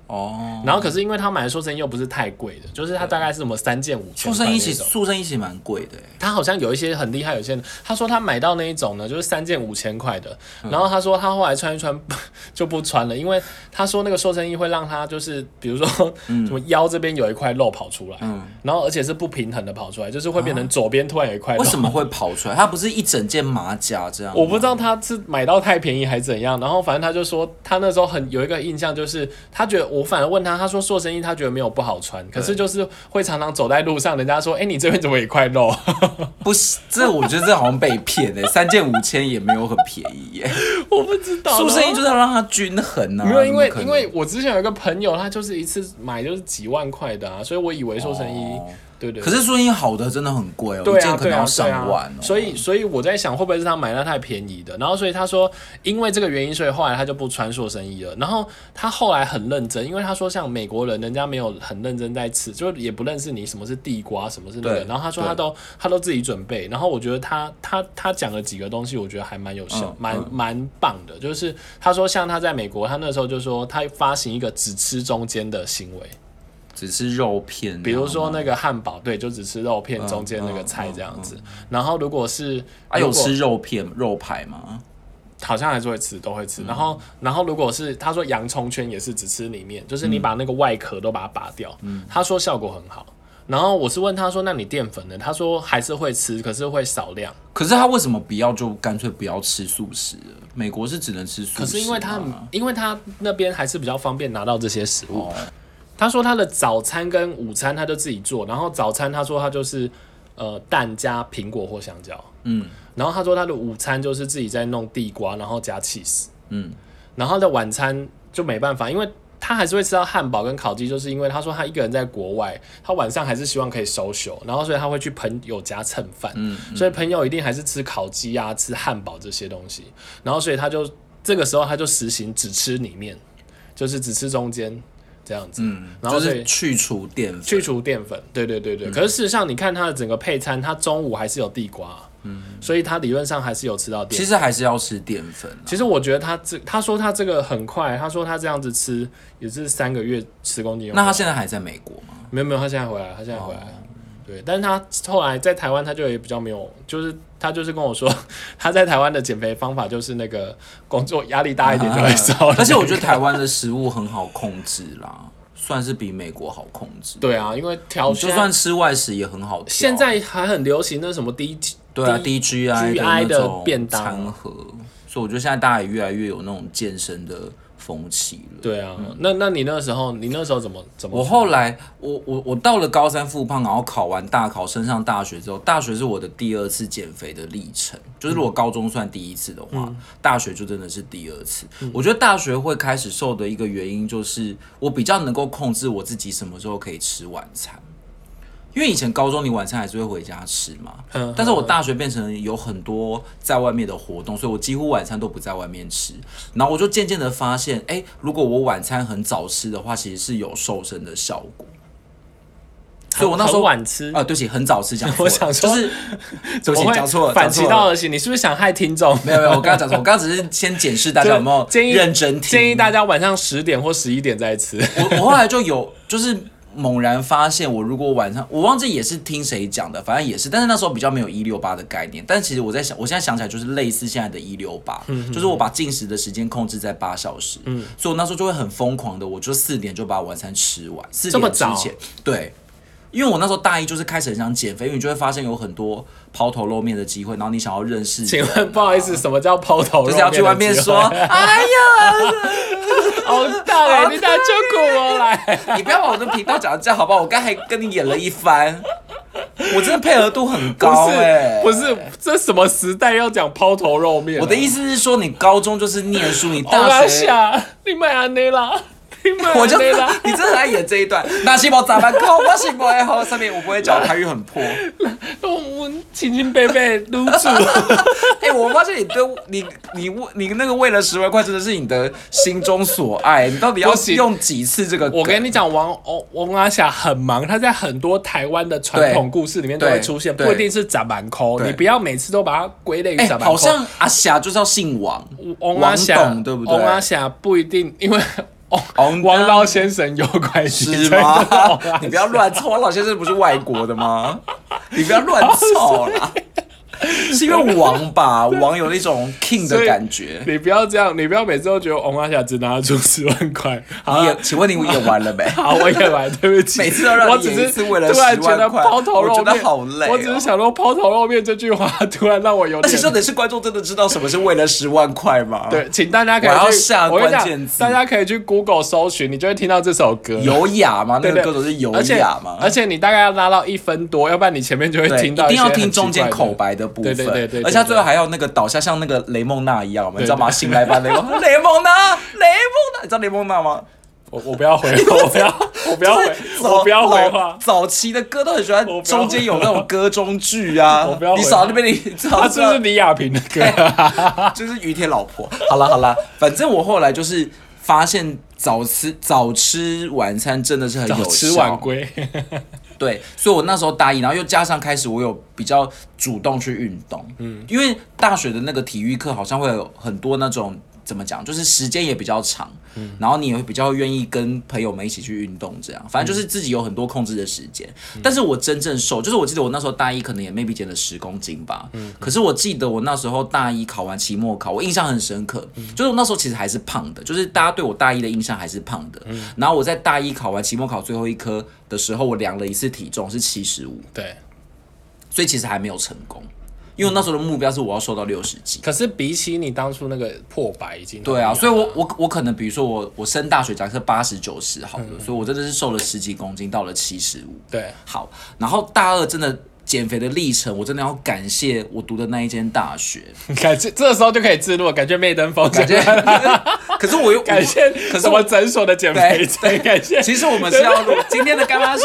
A: 哦，
B: 然后可是因为他买的塑身衣又不是太贵的，就是他大概是什么三件五千
A: 塑
B: 块
A: 身一
B: 那
A: 起，
B: 种
A: 塑身一起蛮贵的欸。
B: 他好像有一些很厉害，有一些他说他买到那一种呢，就是三件五千块的，然后他说他后来穿一穿 就不穿了，因为他说那个塑身衣会让他就是比如说
A: 嗯
B: 什么腰这边有一块肉跑出来，然后而且是不平衡的跑出来，就是会变
A: 啊
B: 成左边突然有一块肉
A: 为。什么会跑出来？它不是一整件马甲这样吗？
B: 我不知道他是买到太便宜还是怎样，然后反正他就说他那时候很有一个印象，就是他觉得我反而问他，他说塑身衣他觉得没有不好穿，可是就是会常常走在路上，人家说哎、你这边怎么有一块肉？
A: 不是，这我觉得这好像被骗哎、三件五千也没有很便宜 耶、
B: 我不知道，
A: 塑
B: 然
A: 身
B: 后
A: 衣就是要让它均衡啊。
B: 没有，啊因为
A: 怎么可能
B: 因为我之前有一个朋友，他就是一次买就是几万块的啊，所以我以为瘦身衣，
A: 哦
B: 对对
A: 可是塑身衣好的真的很贵哦、
B: 对
A: 一
B: 啊
A: 件可
B: 对
A: 能
B: 啊
A: 要
B: 对
A: 上万
B: 啊
A: 哦、，
B: 所以所以我在想会不会是他买那太便宜的，然后所以他说因为这个原因，所以后来他就不穿塑身衣了。然后他后来很认真，因为他说像美国人人家没有很认真在吃，就是也不认识你什么是地瓜，什么是那个，
A: 对
B: 然后他说他都他都自己准备，然后我觉得他他他讲了几个东西，我觉得还蛮有效
A: 嗯，
B: 蛮
A: 嗯
B: 蛮棒的，就是他说像他在美国，他那时候就说他发行一个只吃中间的行为。
A: 只吃肉片，
B: 比如说
A: 然后
B: 那个汉堡，对，就只吃肉片中间那个菜这样子。然后如果是
A: 嗯啊有，吃
B: 如果
A: 肉片肉排吗？
B: 好像还是会吃，都会吃。然
A: 嗯
B: 后然后如果是他说洋葱圈也是只吃里面，就是
A: 嗯
B: 你把那个外壳都把它拔掉。他说效果很好。然后我是问他说，那你淀粉呢？他说还是会吃，可是会少量。
A: 可是他为什么不要就干脆不要吃素食了？美国是只能吃素食吗，啊
B: 可是因为他因为他那边还是比较方便拿到这些食物。
A: 哦
B: 他说他的早餐跟午餐他就自己做，然后早餐他说他就是呃蛋加苹果或香蕉，
A: 嗯，
B: 然后他说他的午餐就是自己在弄地瓜，然后加 cheese，
A: 嗯，
B: 然后他的晚餐就没办法，因为他还是会吃到汉堡跟烤鸡，就是因为他说他一个人在国外，他晚上还是希望可以 social，然后所以他会去朋友家蹭饭，
A: 嗯
B: 所以朋友一定还是吃烤鸡啊、吃汉堡这些东西，然后所以他就这个时候他就实行只吃里面。就是只吃中间这样子，
A: 嗯，
B: 然后
A: 就
B: 所
A: 是嗯
B: 以
A: 去除淀粉，
B: 去除淀粉。对对对对，可是事实上你看它的整个配餐，它中午还是有地瓜、嗯，所以它理论上还是有吃到淀粉。
A: 其实还是要吃淀粉啊、
B: 其实我觉得他这，他说他这个很快，他说他这样子吃也是三个月十公斤有没哦
A: 那
B: 有。
A: 他现在还在美国吗？
B: 没有没有，他现在回来了，他现在回来了。对，但是他后来在台湾，他就也比较没有，就是他就是跟我说，他在台湾的减肥方法就是那个工作压力大一点就 会 瘦了。
A: 但是我觉得台湾的食物很好控制啦，算是比美国好控制。
B: 对啊，因为调
A: 你就算吃外食也很好挑。
B: 现在还很流行那什么低
A: 对啊
B: 低
A: ，DGI 那
B: GI 的
A: 种
B: 便当啊
A: 餐盒，所以我觉得现在大家也越来越有那种健身的风气了。
B: 对啊，那那你那时候你那时候怎么怎么？
A: 我后来，我我我到了高三复胖，然后考完大考，升上大学之后，大学是我的第二次减肥的历程。就是如果高中算第一次的话，大学就真的是第二次。我觉得大学会开始瘦的一个原因，就是我比较能够控制我自己什么时候可以吃晚餐。因为以前高中你晚餐还是会回家吃嘛，
B: 嗯
A: 但是我大学变成有很多在外面的活动，所以我几乎晚餐都不在外面吃。然后我就渐渐的发现，哎、如果我晚餐很早吃的话，其实是有瘦身的效果。所以我那时候
B: 很晚吃
A: 啊，对不起，很早吃讲错了，
B: 我想说
A: 就是对不
B: 我
A: 起
B: 会
A: 讲错了，
B: 反
A: 讲错
B: 其
A: 了
B: 道而行，你是不是想害听众？
A: 没有没有，我刚刚讲错，我刚刚只是先检视大
B: 就
A: 家有没有
B: 建议
A: 认真听，
B: 建议大家晚上十点或十一点再吃。
A: 我我后来就有就是猛然发现，我如果晚上我忘记也是听谁讲的，反正也是，但是那时候比较没有一六八的概念。但其实我在想，我现在想起来就是类似现在的一六八，
B: 嗯
A: 就是我把进食的时间控制在八小时，所以我那时候就会很疯狂的，我就四点就把晚餐吃完，四
B: 这么
A: 点之
B: 早
A: 前，对。因为我那时候大一就是开始很想减肥，因为你就会发现有很多抛头露面的机会，然后你想要认识人啊，
B: 请问不 好意思，什么叫抛头露
A: 就
B: 面的
A: 是
B: 机
A: 要
B: 会？
A: 去外面说，哎呀，
B: 好大哎、你打就苦 我来。
A: 你不要把我的频道讲得这样好不好？我刚才跟你演了一番，我真的配合度很高哎、
B: 不是不是，这什么时代要讲抛头露面、
A: 我的意
B: 思，
A: 思是说，你高中就是念书，你
B: 我
A: 大学。
B: 下，你买安内啦，你买
A: 我就
B: 安内啦。
A: 你真的很爱演这一段，那是我咋办？靠，我是不爱好上面，我不会讲台语很 破。
B: 我们亲亲贝贝撸 住，
A: 哎、我发现你对你你你那个为了十万块，真的是你的心中所爱。你到底要
B: 不行
A: 用几次这个梗？
B: 我跟你讲，王王王阿霞很忙，她在很多台湾的传统故事里面都会
A: 对
B: 出现，
A: 对
B: 不一定是斩板抠，
A: 对
B: 你不要每次都把它归类于
A: 哎、
B: 斩板抠。
A: 好像阿霞就是要姓王，
B: 王阿
A: 王
B: 霞
A: 董对不对？
B: 王阿霞不一定，因为王
A: 王
B: 王老先生有关系，
A: 是
B: 真 的
A: 吗
B: 王阿霞？
A: 你不要乱凑，王老先生不是外国的 吗？你不要乱凑 啦，是因为王吧？王有那种 king 的感觉。
B: 你不要这样，你不要每次都觉得王阿霞只拿得出十万块。好
A: 你
B: 啊
A: 也，，请问你演完了没？
B: 好，我也来，对不起。
A: 每次都让你
B: 我只
A: 演一
B: 是
A: 次为了
B: 突然
A: 10
B: 觉得
A: 万块
B: 抛头露
A: 我
B: 面，
A: 觉得好累哦
B: 我只是想说抛头露面这句话，突然让我有
A: 而且
B: 点
A: 重。点是观众真的知道什么是为了十万块吗？
B: 对，，请大家可以
A: 我要
B: 去，
A: 下
B: 我跟你
A: 关键
B: 讲，
A: 字
B: 大家可以去 Google 搜寻，你就会听到这首歌。
A: 优雅吗？那
B: 对
A: 个
B: 对
A: 歌手是优
B: 而且
A: 雅吗？
B: 而且你大概要拉到一分多，要不然你前面就会
A: 对，
B: 听到
A: 一定要
B: 些很
A: 听中
B: 奇怪
A: 间
B: 的
A: 口白的部分，
B: 对对对对对
A: 而且他最后还要那个倒下，像那个雷梦娜一样，我们
B: 对
A: 知道吗？醒来吧，雷梦， 雷梦娜，雷梦娜，你知道雷梦娜吗？
B: 我我不要回话，我不要，我不要回，
A: 早
B: 我不要回话
A: 老。早期的歌都很喜欢
B: 我不要回话
A: 中间有那种歌中剧啊
B: 我不要，回
A: 你
B: 话
A: 少在那边你早
B: 他是不是李亚平的歌啊？
A: 就是于天老婆。好了好了，反正我后来就是发现早吃早吃晚餐真的是很有
B: 早
A: 效，
B: 吃晚归，
A: 对，所以我那时候大一，然后又加上开始我有比较主动去运动，嗯，因为大学的那个体育课好像会有很多那种怎么讲，就是时间也比较长，嗯，然后你也会比较愿意跟朋友们一起去运动，这样，反正就是自己有很多控制的时间。但是我真正瘦，就是我记得我那时候大一可能也 maybe 减了十公斤吧，嗯，可是我记得我那时候大一考完期末考，我印象很深刻，就是我那时候其实还是胖的，就是大家对我大一的印象还是胖的，然后我在大一考完期末考最后一科的时候，我量了一次体重是七十五，
B: 对。
A: 所以其实还没有成功，因为我那时候的目标是我要瘦到六十斤。
B: 可是比起你当初那个破百，已经
A: 对啊，所以我我我可能比如说我我升大学假设八十九十好了，所以我真的是瘦了十几公斤，到了七十五。
B: 对
A: 好，然后大二真的减肥的历程，我真的要感谢我读的那一间大 学，
B: 感觉这时候就可以自录，感觉妹登峰，
A: 感觉。 可是我又
B: 感谢
A: 可是
B: 什
A: 我
B: 么诊所的减肥
A: 对
B: 针，感谢
A: 其实我们是要录今天的干妈是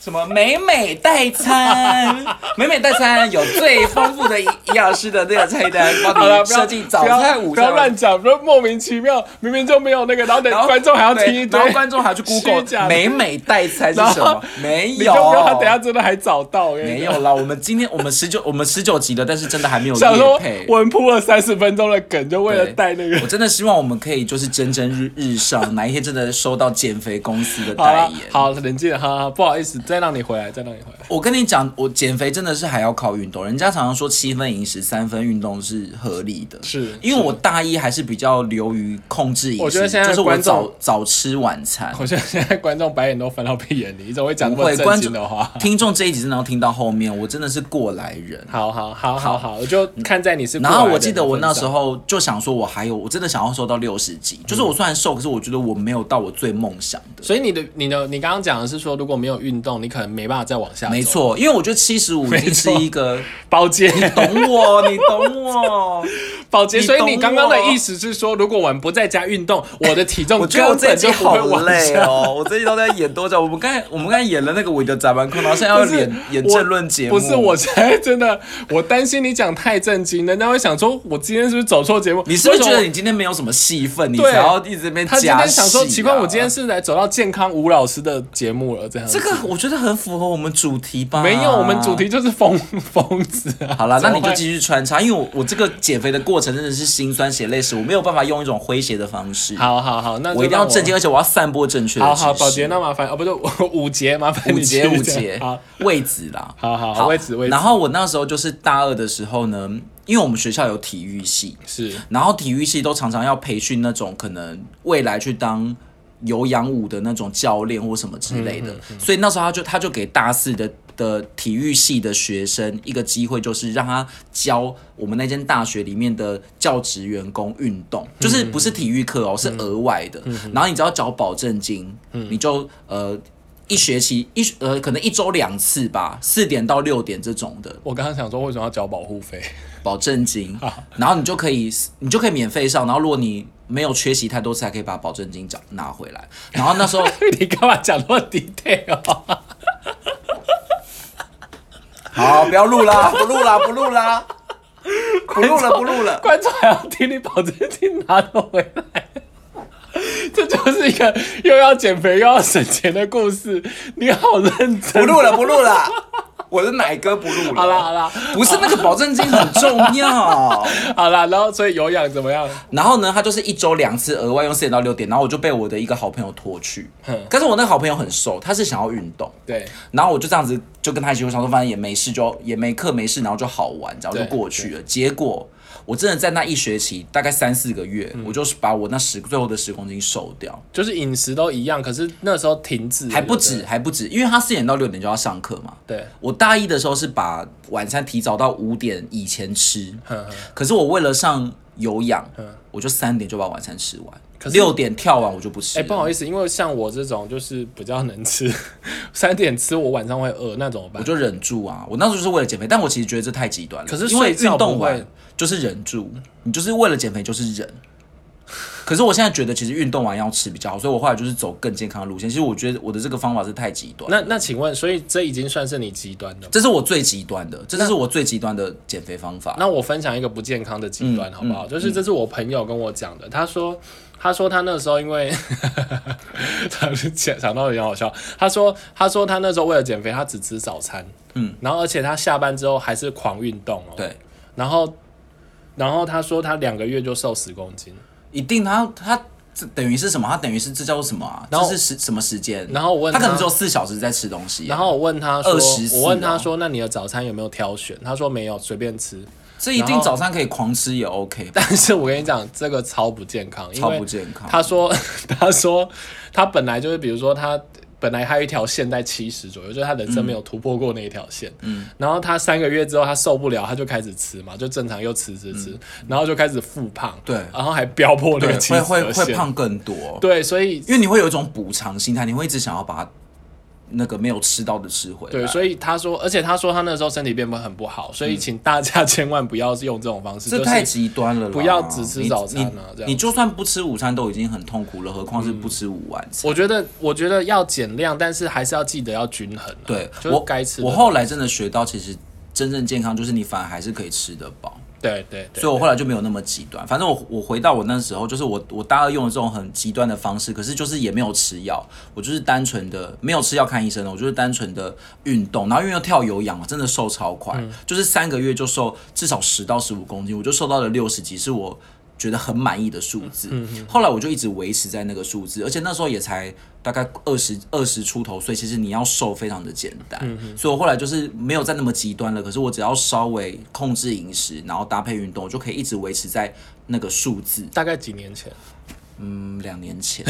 A: 什么美美代 餐，美美代餐有最丰富的营养师的那个菜单，
B: 好
A: 帮
B: 了，
A: 你
B: 不要
A: 设计早
B: 不要
A: 餐、午
B: 不要
A: 餐、
B: 乱讲，不要莫名其妙，明明就没有那个，然后等
A: 然后
B: 观众还要听一
A: 对
B: 堆
A: 然后，观众还要去
B: 虚假
A: Google
B: 的
A: 美美代餐是什
B: 然后
A: 么？没
B: 你
A: 有，
B: 就不要他等下真的还找到，哎
A: 没有啦。我们今天我们十九我们十九集了，但是真的还没有
B: 想
A: 夜
B: 说
A: 配。
B: 文铺了三十分钟的梗，就为了
A: 对
B: 带那个
A: 我。真的希望我们可以就是蒸蒸日日上，哪一天真的收到减肥公司的
B: 好
A: 代
B: 了
A: 言，。
B: 好，冷静了，哈哈，不好意思，再让你回来，再让你回来。
A: 我跟你讲，我减肥真的是还要靠运动。人家常常说七分饮食，三分运动是合理的，
B: 是
A: 因为我大一还是比较流于控制饮食，
B: 我觉得现在
A: 就是我
B: 观众
A: 早早吃晚餐。
B: 我觉得现在观众白眼都翻到屁眼里，你怎么会讲那
A: 不
B: 么
A: 会，
B: 正
A: 观
B: 经
A: 众
B: 的话？
A: 听众这一集真的要听到后面，我真的是过来人。
B: 好好好好好，我就看在你是。
A: 然后我记得我那时，候就想说，我还有，我真的想要瘦到六十斤。就是我虽然瘦，可是我觉得我没有到我最梦想的。
B: 所以你的你的你刚刚讲的是说，如果没有运动，你可能 没办法再往下。
A: 没，错，因为我觉得七十五已经是一个，
B: 包姐，
A: 懂我，你懂我。
B: 保洁，
A: 你
B: 所以你
A: 懂
B: 刚刚的
A: 我
B: 意思是说，如果我们不在家运动， 我的体重
A: 我觉得我
B: 根
A: 这一
B: 本就
A: 集
B: 不
A: 好
B: 会往
A: 累
B: 下。
A: 哦，我这一集都在演多久？我们刚才我们刚才演了那个《我的杂班控》，然后现在要
B: 不是
A: 演演
B: 我
A: 政论节目。
B: 不是，我现在真的，我担心你讲太震惊，人家会想说，我今天是不是走错节目？
A: 你是不
B: 为
A: 是
B: 什么
A: 觉得你今天没有什么戏份，你
B: 对
A: 才要一直 在那边
B: 他今
A: 加
B: 天
A: 戏、啊？
B: 想说，奇怪，我今天是来走到健康吴老师的节目了，这样子
A: 这个我觉得很符合我们主题吧？
B: 没有，我们主。题就是疯 疯子啊。
A: 好了，那你
B: 怎么
A: 就
B: 会
A: 继续穿插，因为我我这个减肥的过程真的是心酸血泪史，我没有办法用一种诙谐的方式，
B: 好好好，那就
A: 我一定要
B: 让
A: 正经，而且我要散播正确的
B: 好
A: 知
B: 好，
A: 识
B: 保洁，那麻烦哦，不是 我五节，麻烦
A: 五
B: 你
A: 节
B: 继续
A: 五
B: 讲
A: 节
B: 好，
A: 位子啊啦，
B: 好啊好好位置位置
A: 然后我那时候就是大二的时候呢，因为我们学校有体育系，
B: 是
A: 然后体育系都常常要培训那种可能未来去当有氧舞的那种教练或什么之类的，所以那时候他就他就给大四的的体育系的学生一个机会，就是让他教我们那间大学里面的教职员工运动，就是不是体育课哦，是额外的。然后你只要缴保证金，你就呃。一学期一呃，可能一周两次吧，四点到六点这种的，
B: 我刚刚想说，为什么要交保护费？
A: 保证金，然后你就可以你就可以免费上，然后如果你没有缺席太多次，还可以把保证金找拿回 来。然后那时候
B: 你干嘛讲那么 detail？啊
A: 好，不要录啦，不录啦，不录啦，不录 了，不录了。
B: 观众还要听你保证金拿得回来。 这就是一个又要减肥又要省钱的故事，你好认
A: 不
B: 真。
A: 录了，不录了。我的奶哥不录了。
B: 好啦好啦
A: 不是那个保证金很重要。
B: 好啦，然后所以有氧怎么样？
A: 然后呢，他就是一周两次，额外用四点到六点。然后我就被我的一个好朋友拖去
B: 哼，
A: 但是我那个好朋友很瘦，他是想要运动，
B: 对，
A: 然后我就这样子就跟他一起，我想说反正也没事就，也没课没事，然后就好玩，然后就
B: 对
A: 过去了。结果我真的在那一学期大概三四个月，
B: 嗯
A: 我就是把我那十最后的十公斤瘦掉，
B: 就是饮食都一样，可是那时候停止
A: 还不
B: 对
A: 止还不止，因为他四点到六点就要上课嘛。
B: 对，
A: 我大一的时候是把晚餐提早到五点以前吃，
B: 哼哼
A: 可是我为了上有氧
B: 嗯，
A: 我就三点就把晚餐吃完，
B: 是
A: 六点跳完我就不吃
B: 哎、
A: 了。
B: 不好意思，因为像我这种就是比较能吃， 三点吃我晚上会饿，那怎么
A: 我
B: 办？
A: 就忍住啊！我那时候就是为了减肥，但我其实觉得这太极端了。
B: 可是
A: 因为
B: 睡觉
A: 运动
B: 不
A: 完
B: 会
A: 就是忍住，你就是为了减肥就是忍。可是我现在觉得其实运动完要吃比较好，所以我后来就是走更健康的路线。其实我觉得我的这个方法是太极端，
B: 那那请问，所以这已经算是你极端的吗？
A: 这是我最极端的，这就是我最极端的减肥方法。
B: 那我分享一个不健康的极
A: 嗯
B: 端好不好？就是这是我朋友跟我讲的，他说。他说他那时候因为， 他想想到很好笑。他说他说他那时候为了减肥，他只吃早餐，嗯，然后而且他下班之后还是狂运动哦，，
A: 对，
B: 然后然后他说他两个月就瘦十公斤，
A: 一定他他这等于是什么？他等于是这叫做什么啊？
B: 然后
A: 这是时什么时间？
B: 然后我问
A: 他可能
B: 他
A: 只有四小时在吃东西啊、
B: 然后我问他说，
A: 24
B: 我问他
A: 哦
B: 说，那你的早餐有没有挑选？他说没有，随便吃。
A: 这一
B: 然
A: 定
B: 后
A: 早餐可以狂吃也 OK，
B: 但是我跟你讲，这个超不健康，因
A: 超
B: 为
A: 不健康。
B: 他说 他说他本来就是，比如说他。本来还有一条线在七十左右，就是他人生没有突破过那一条线。嗯，然后他三个月之后他受不了，他就开始吃嘛，就正常又吃吃吃，然后就开始复胖。
A: 嗯对
B: 然后还飙破那
A: 对
B: 个七十
A: 会
B: 的
A: 会会
B: 线。
A: 胖更多。
B: 对，所以
A: 因为你会有一种补偿心态，你会一直想要把它那个没有吃到的吃回来。
B: 对，所以他说，而且他说他那时候身体变得很不好，所以请大家千万不要用这种方
A: 嗯
B: 式，
A: 这
B: 就是
A: 太极端了啦，
B: 不要只吃
A: 你
B: 早餐啊
A: 你
B: 这样嗯
A: 你就算不吃午餐都已经很痛苦了，何况是不吃午晚餐？
B: 我觉得，我觉得要减量，但是还是要记得要均衡、啊。
A: 对，
B: 就是
A: 我
B: 该吃的
A: 我后来真的学到，其实真正健康就是你反而还是可以吃得饱。
B: 对对对
A: 所以我后来就没有那么极端。反正我我回到我那时候，就是我我大二用的这种很极端的方式，可是就是也没有吃药，我就是单纯的没有吃药看医生的，我就是单纯的运动，然后因为要跳有氧嘛，真的瘦超快，
B: 嗯
A: 就是三个月就瘦至少十到十五公斤，我就瘦到了六十几，是我。觉得很满意的数字，
B: 嗯
A: 后来我就一直维持在那个数字，而且那时候也才大概二十二十出头所以其实你要瘦非常的简单，
B: 嗯
A: 所以我后来就是没有再那么极端了。可是我只要稍微控制饮食，然后搭配运动，我就可以一直维持在那个数字。
B: 大概几 年前，
A: 嗯，两年 前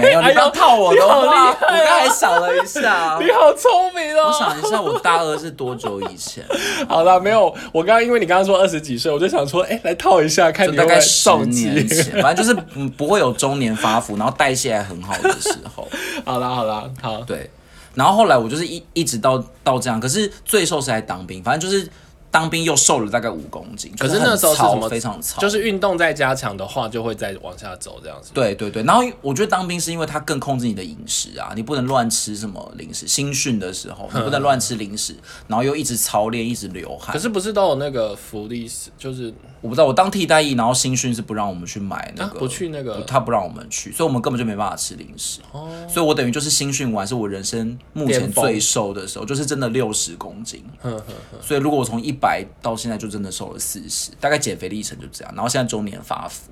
A: 没有，你不要套我的
B: 哎你
A: 话，
B: 好
A: 我
B: 厉害啊
A: 刚才想了一下，
B: 你好聪明
A: 我
B: 哦。
A: 想一下，我大二是多久以 前？
B: 好了，没有，我刚刚因为你刚刚说二十几岁，我就想说，哎、来套一下，看
A: 就
B: 你
A: 大
B: 会不
A: 概
B: 会
A: 十
B: 上
A: 年
B: 级。
A: 前，反正就是嗯不会有中年发福，然后代谢还很好的时候。
B: 好啦好啦，好，
A: 对，然后后来我就是一一直到到这样，可是最瘦是在当兵，反正就是当兵又瘦了大概五公斤，
B: 可
A: 就是
B: 那
A: 很
B: 时候是
A: 糙
B: 什么
A: 非常糙，
B: 就是运动再加强的话，就会再往下走这样子。
A: 对对对，然后我觉得当兵是因为他更控制你的饮食啊，你不能乱吃什么零食。新训的时候你不能乱吃零食，然后又一直操练，一直流汗
B: 嗯可。是不是都有那个福利是，就是
A: 我不知道，我当替代役，然后新训是不让我们去买那
B: 啊
A: 个，
B: 不去那个
A: 他不让我们去，所以我们根本就没办法吃零食。所以我等于就是新训完是我人生目前
B: 哦巅峰
A: 最瘦的时候，就是真的六十公斤。
B: 哼哼
A: 所以如果我从一百到现在就真的瘦了四十，大概减肥历程就这样。然后现在中年发福，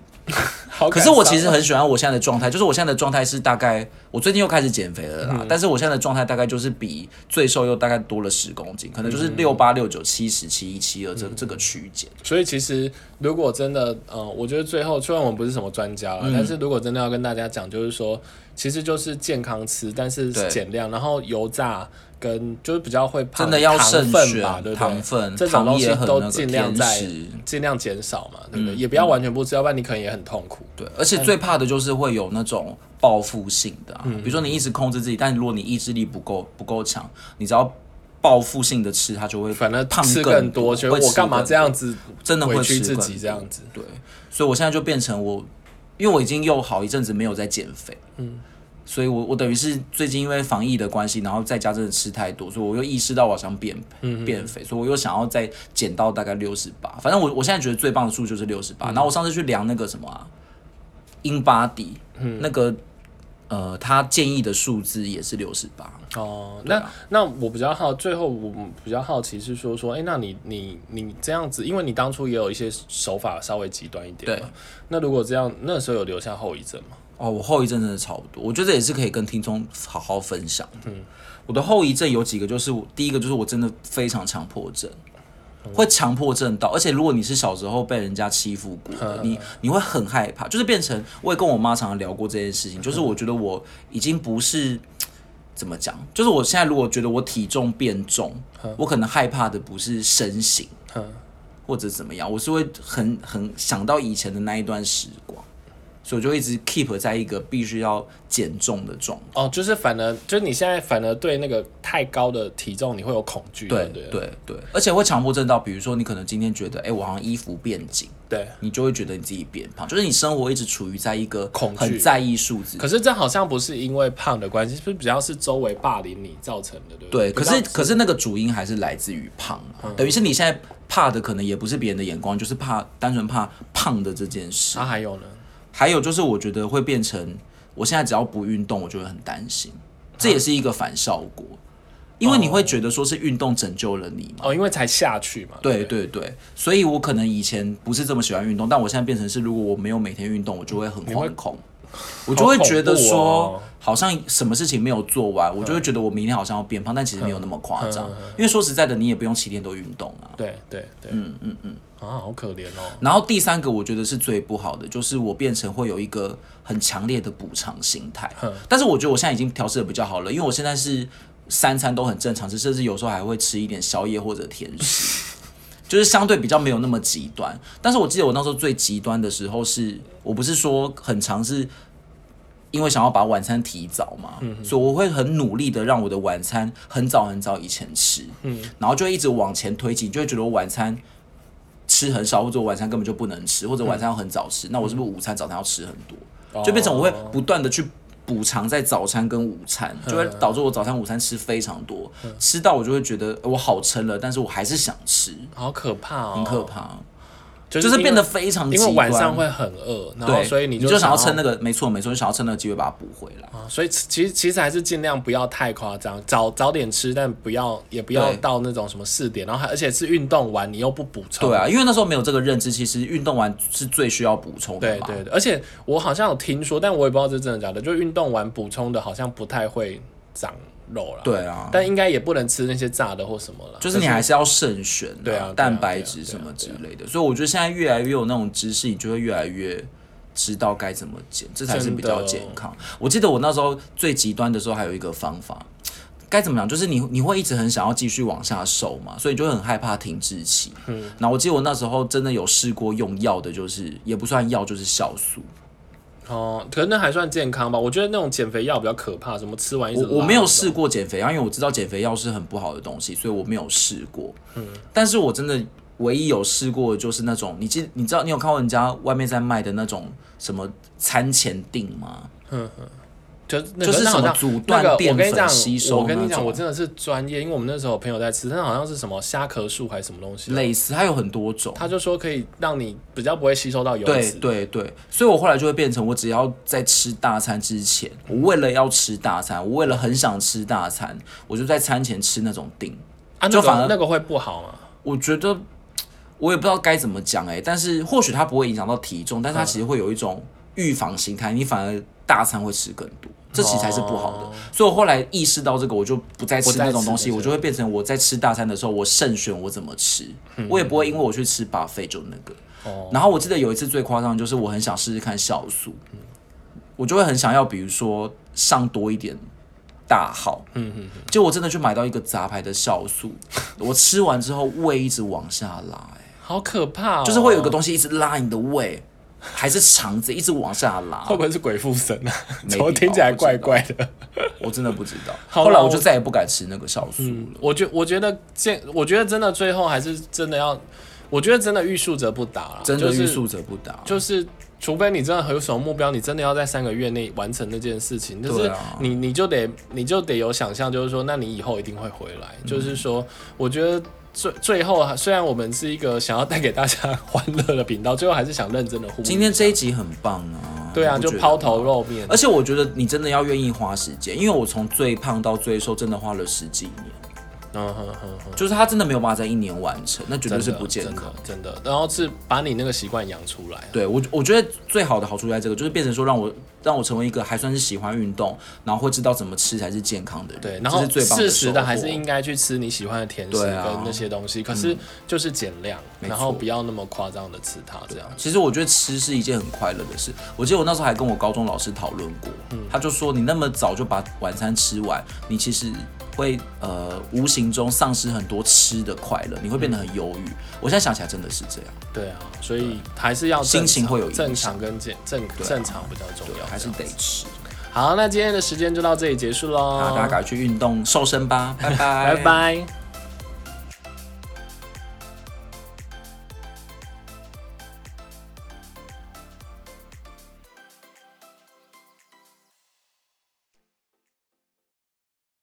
B: 好
A: 可
B: 感
A: 是
B: 伤哦。
A: 我其实很喜欢我现在的状态，就是我现在的状态是大概我最近又开始减肥
B: 嗯
A: 了啦，但是我现在的状态大概就是比最瘦又大概多了十公斤，可能
B: 嗯
A: 就是六八六九七十七一七二这这个区间。
B: 所以其实如果真的，呃，我觉得最后虽然我们不是什么专家
A: 嗯
B: 了，但是如果真的要跟大家讲，就是说，其实就是健康吃，但是
A: 对
B: 减量，然后油炸跟就是比较会胖
A: 真的要
B: 糖
A: 慎
B: 分
A: 选
B: 吧，对不对？
A: 糖分
B: 这种
A: 糖
B: 东
A: 也
B: 西
A: 很
B: 都
A: 那个
B: 尽量在
A: 偏食嗯
B: 尽量减少嘛，对不对？也不要完全不吃，要不然你可能也很痛苦。
A: 对，而且最怕的就是会有那种报复性的、
B: 嗯
A: 啊，比如说你一直控制自己，但如果你意志力不够不够强，你只要报复性的吃，它就会
B: 反正
A: 胖
B: 吃
A: 更
B: 多，觉
A: 就
B: 得我干嘛这样子，
A: 真的会
B: 委
A: 吃
B: 屈自
A: 更
B: 己
A: 多
B: 这样子？
A: 对，所以我现在就变成我，因为我已经又好一阵子没有在减肥，嗯，所以我我等于是最近因为防疫的关系，然后在家真的吃太多，所以我又意识到我好像变变肥，所以我又想要再减到大概六十八。反正我我现在觉得最棒的数就是六十八。然后我上次去量那个什么啊，英巴迪，那个呃，他建议的数字也是六十八。
B: 哦，那、
A: 啊
B: 那我比较好，最后我比较好奇是说说，哎、那你你你这样子，因为你当初也有一些手法稍微极端一点嘛，那如果这样，那时候有留下后遗症吗？
A: 哦，我后遗症真的超多，我觉得这也是可以跟听众好好分享。嗯，我的后遗症有几个，就是我第一个就是我真的非常强迫症，会强迫症到，而且如果你是小时候被人家欺负过的，你你会很害怕，就是变成我也跟我妈常常聊过这件事情，就是我觉得我已经不是。怎么讲？就是我现在如果觉得我体重变重，我可能害怕的不是身形，或者怎么样，我是会很很想到以前的那一段时光，所以我就一直 keep 在一个必须要减重的状态。
B: 哦，就是反而就是你现在反而对那个太高的体重你会有恐惧，对
A: 对
B: 不对
A: 对对，而且会强迫症到，比如说你可能今天觉得，哎、我好像衣服变紧，
B: 对。
A: 你就会觉得你自己变胖，就是你生活一直处于在一个
B: 恐惧
A: 很在意数字。
B: 可是这好像不是因为胖的关系，是不是比较是周围霸凌你造成的，对不
A: 对，
B: 比
A: 可
B: 较
A: 是可是那个主因还是来自于胖、啊，等于是你现在怕的可能也不是别人的眼光，就是怕单纯怕胖的这件事。
B: 啊还有呢，
A: 还有就是，我觉得会变成，我现在只要不运动，我就会很担心，这也是一个反效果，因为你会觉得说是运动拯救了你嘛。
B: 哦，因为才下去嘛，
A: 对对对，所以我可能以前不是这么喜欢运动，但我现在变成是，如果我没有每天运动，我就会很惶 恐，我就会觉得
B: 好恐怖
A: 说
B: 哦，嗯
A: 好像什么事情没有做完，我就会觉得我明天好像要变胖，但其实没有那么夸张，因为说实在的，你也不用七天都运动啊。
B: 对对对，嗯嗯嗯，啊，好可怜哦，
A: 然后第三个，我觉得是最不好的，就是我变成会有一个很强烈的补偿心态。但是我觉得我现在已经调试的比较好了，因为我现在是三餐都很正常吃，甚至有时候还会吃一点宵夜或者甜食， 就是相对比较没有那么极端。但是我记得我那时候最极端的时候是，我不是说很常是因为想要把晚餐提早嘛，所以我会很努力的让我的晚餐很早很早以前吃，然后就一直往前推进，就会觉得我晚餐吃很少，或者我晚餐根本就不能吃，或者晚
B: 嗯
A: 餐要很早吃，那我是不是午餐、早餐要吃很多？就变成我会
B: 哦
A: 不断的去补偿在早餐跟午餐，就会
B: 嗯
A: 导致我早餐、午餐吃非常多，吃到我就会觉得呃我好撑了，但是我还是想吃，
B: 好可怕哦，
A: 很可，怕，
B: 就
A: 就是
B: 因为
A: 变得非常极
B: 因
A: 端
B: 为晚上会很饿，然后
A: 对，
B: 所以
A: 你
B: 就
A: 想要
B: 要
A: 趁那个，没错没错，你想要趁那个机会把它补回来。
B: 啊，所以其其实其实还是尽量不要太夸张，早早点吃，但不要也不要
A: 对
B: 到那种什么四点，然后还而且是运动完你又不补充，
A: 对啊，因为那时候没有这个认知，其实运动完是最需要补充的
B: 对
A: 嘛。
B: 对对，而且我好像有听说，但我也不知道这真的假的，就运动完补充的好像不太会长肉啦，，
A: 对啊，
B: 但应该也不能吃那些炸的或什么了，
A: 就是你还是要慎选啊、
B: 对啊对啊
A: 蛋白质什么之类的。所以我觉得现在越来越有那种知识，你就会越来越知道该怎么减，这才是比较健康。我记得我那时候最极端的时候，还有一个方法。该怎么讲？就是你你会一直很想要继续往下瘦嘛，所以你就会很害怕停滞期。嗯，然后我记得我那时候真的有试过用药的，就是也不算药，就是酵素。
B: 哦，可能那还算健康吧，我觉得那种减肥药比较可怕，什么吃完一直
A: 我我
B: 拉
A: 没有
B: 那种
A: 试过减肥药，因为我知道减肥药是很不好的东西，所以我没有试过。嗯，但是我真的唯一有试过的就是那种，你记你知道你有看过人家外面在卖的那种什么餐前定吗？
B: 就是那
A: 就
B: 个
A: 是
B: 那好
A: 什么
B: 像
A: 阻断
B: 那个
A: 淀
B: 我跟你
A: 粉
B: 讲
A: 吸收
B: 我跟你
A: 那
B: 讲，
A: 种
B: 我真的是专业，因为我们那时候有朋友在吃，那好像是什么虾壳素还是什么东西，啊
A: 类似，它有很多种。
B: 他就说可以让你比较不会吸收到油
A: 对
B: 脂。
A: 对对，所以我后来就会变成，我只要在吃大餐之前，我为了要吃大餐，我为了很想吃大餐，我就在餐前吃那种定。
B: 啊，
A: 就
B: 那
A: 反而
B: 个那个会不好嘛？
A: 我觉得我也不知道该怎么讲哎、但是或许它不会影响到体重，但是它其实会有一种预防心态，你反而大餐会吃更多，这其实才是不好的。
B: 哦
A: 所以我后来意识到这个，我就不再
B: 不
A: 吃
B: 再
A: 那种
B: 吃
A: 东西，
B: 那
A: 我就会变成我在吃大餐的时候，我慎选我怎么吃，我也不会因为我去吃 buffet 就那个。
B: 嗯哦，
A: 然后我记得有一次最夸张的就是我很想试试看酵素，
B: 嗯
A: 我就会很想要，比如说上多一点大号，嗯嗯，就我真的去买到一个杂牌的酵素，我吃完之后胃一直往下拉、欸，
B: 好可怕、哦！
A: 就是会有一个东西一直拉你的胃，还是肠子一直往下拉
B: 会，不会是鬼附身 啊？
A: 没
B: 怎么
A: 必
B: 听
A: 要
B: 起来
A: 不知
B: 怪
A: 道
B: 怪的？
A: 我真的不知道。
B: 好
A: 后来
B: 啦
A: 我
B: 我嗯
A: 就再也不敢吃那个酵素了。
B: 我觉我觉得健，我觉得真的最后还是真的要，我觉得真的欲速则不达啦，
A: 真的
B: 就是
A: 欲速则不达，
B: 就是，除非你真的很有什么目标，你真的要在三个月内完成那件事情，就
A: 对
B: 是
A: 啊
B: 你你就得你就得有想象，就是说，那你以后一定会回来。
A: 嗯
B: 就是说，我觉得最最后啊，虽然我们是一个想要带给大家欢乐的频道，最后还是想认真的呼吁。
A: 今天这一集很棒啊！
B: 对啊，
A: 你
B: 就
A: 不觉得
B: 抛
A: 吗
B: 头露面，
A: 而且我觉得你真的要愿意花时间，因为我从最胖到最瘦，真的花了十几年，
B: 嗯哼哼哼，
A: 就是他真的没有办法在一年完成，那绝对
B: 真的
A: 是不健康。
B: 真的，真的。然后是把你那个习惯养出来。啊
A: 对我，我觉得最好的好处在这个，就是变成说让我让我成为一个还算是喜欢运动，然后会知道怎么吃才是健康的人。
B: 对，然
A: 这
B: 后
A: 是最棒
B: 适时
A: 的
B: 的还是应
A: 该
B: 该去吃你喜欢的甜食
A: 对
B: 跟
A: 啊
B: 那些东西，可是就是减量，
A: 没
B: 然后
A: 错
B: 不要那么夸张的吃它这样。
A: 其实我觉得吃是一件很快乐的事。我记得我那时候还跟我高中老师讨论过，他就说你那么早就把晚餐吃完，你其实会呃无形中丧失很多吃的快乐，你会变得很忧郁。我现在想起来真的是这样。
B: 对啊，所以还是要
A: 心
B: 正
A: 情
B: 常
A: 会有影响
B: 正常跟健正正常比较重要，
A: 还是得吃。
B: 好。那今天的时间就到这里结束喽
A: 那，大家赶快去运动瘦身吧，拜拜，
B: 拜拜。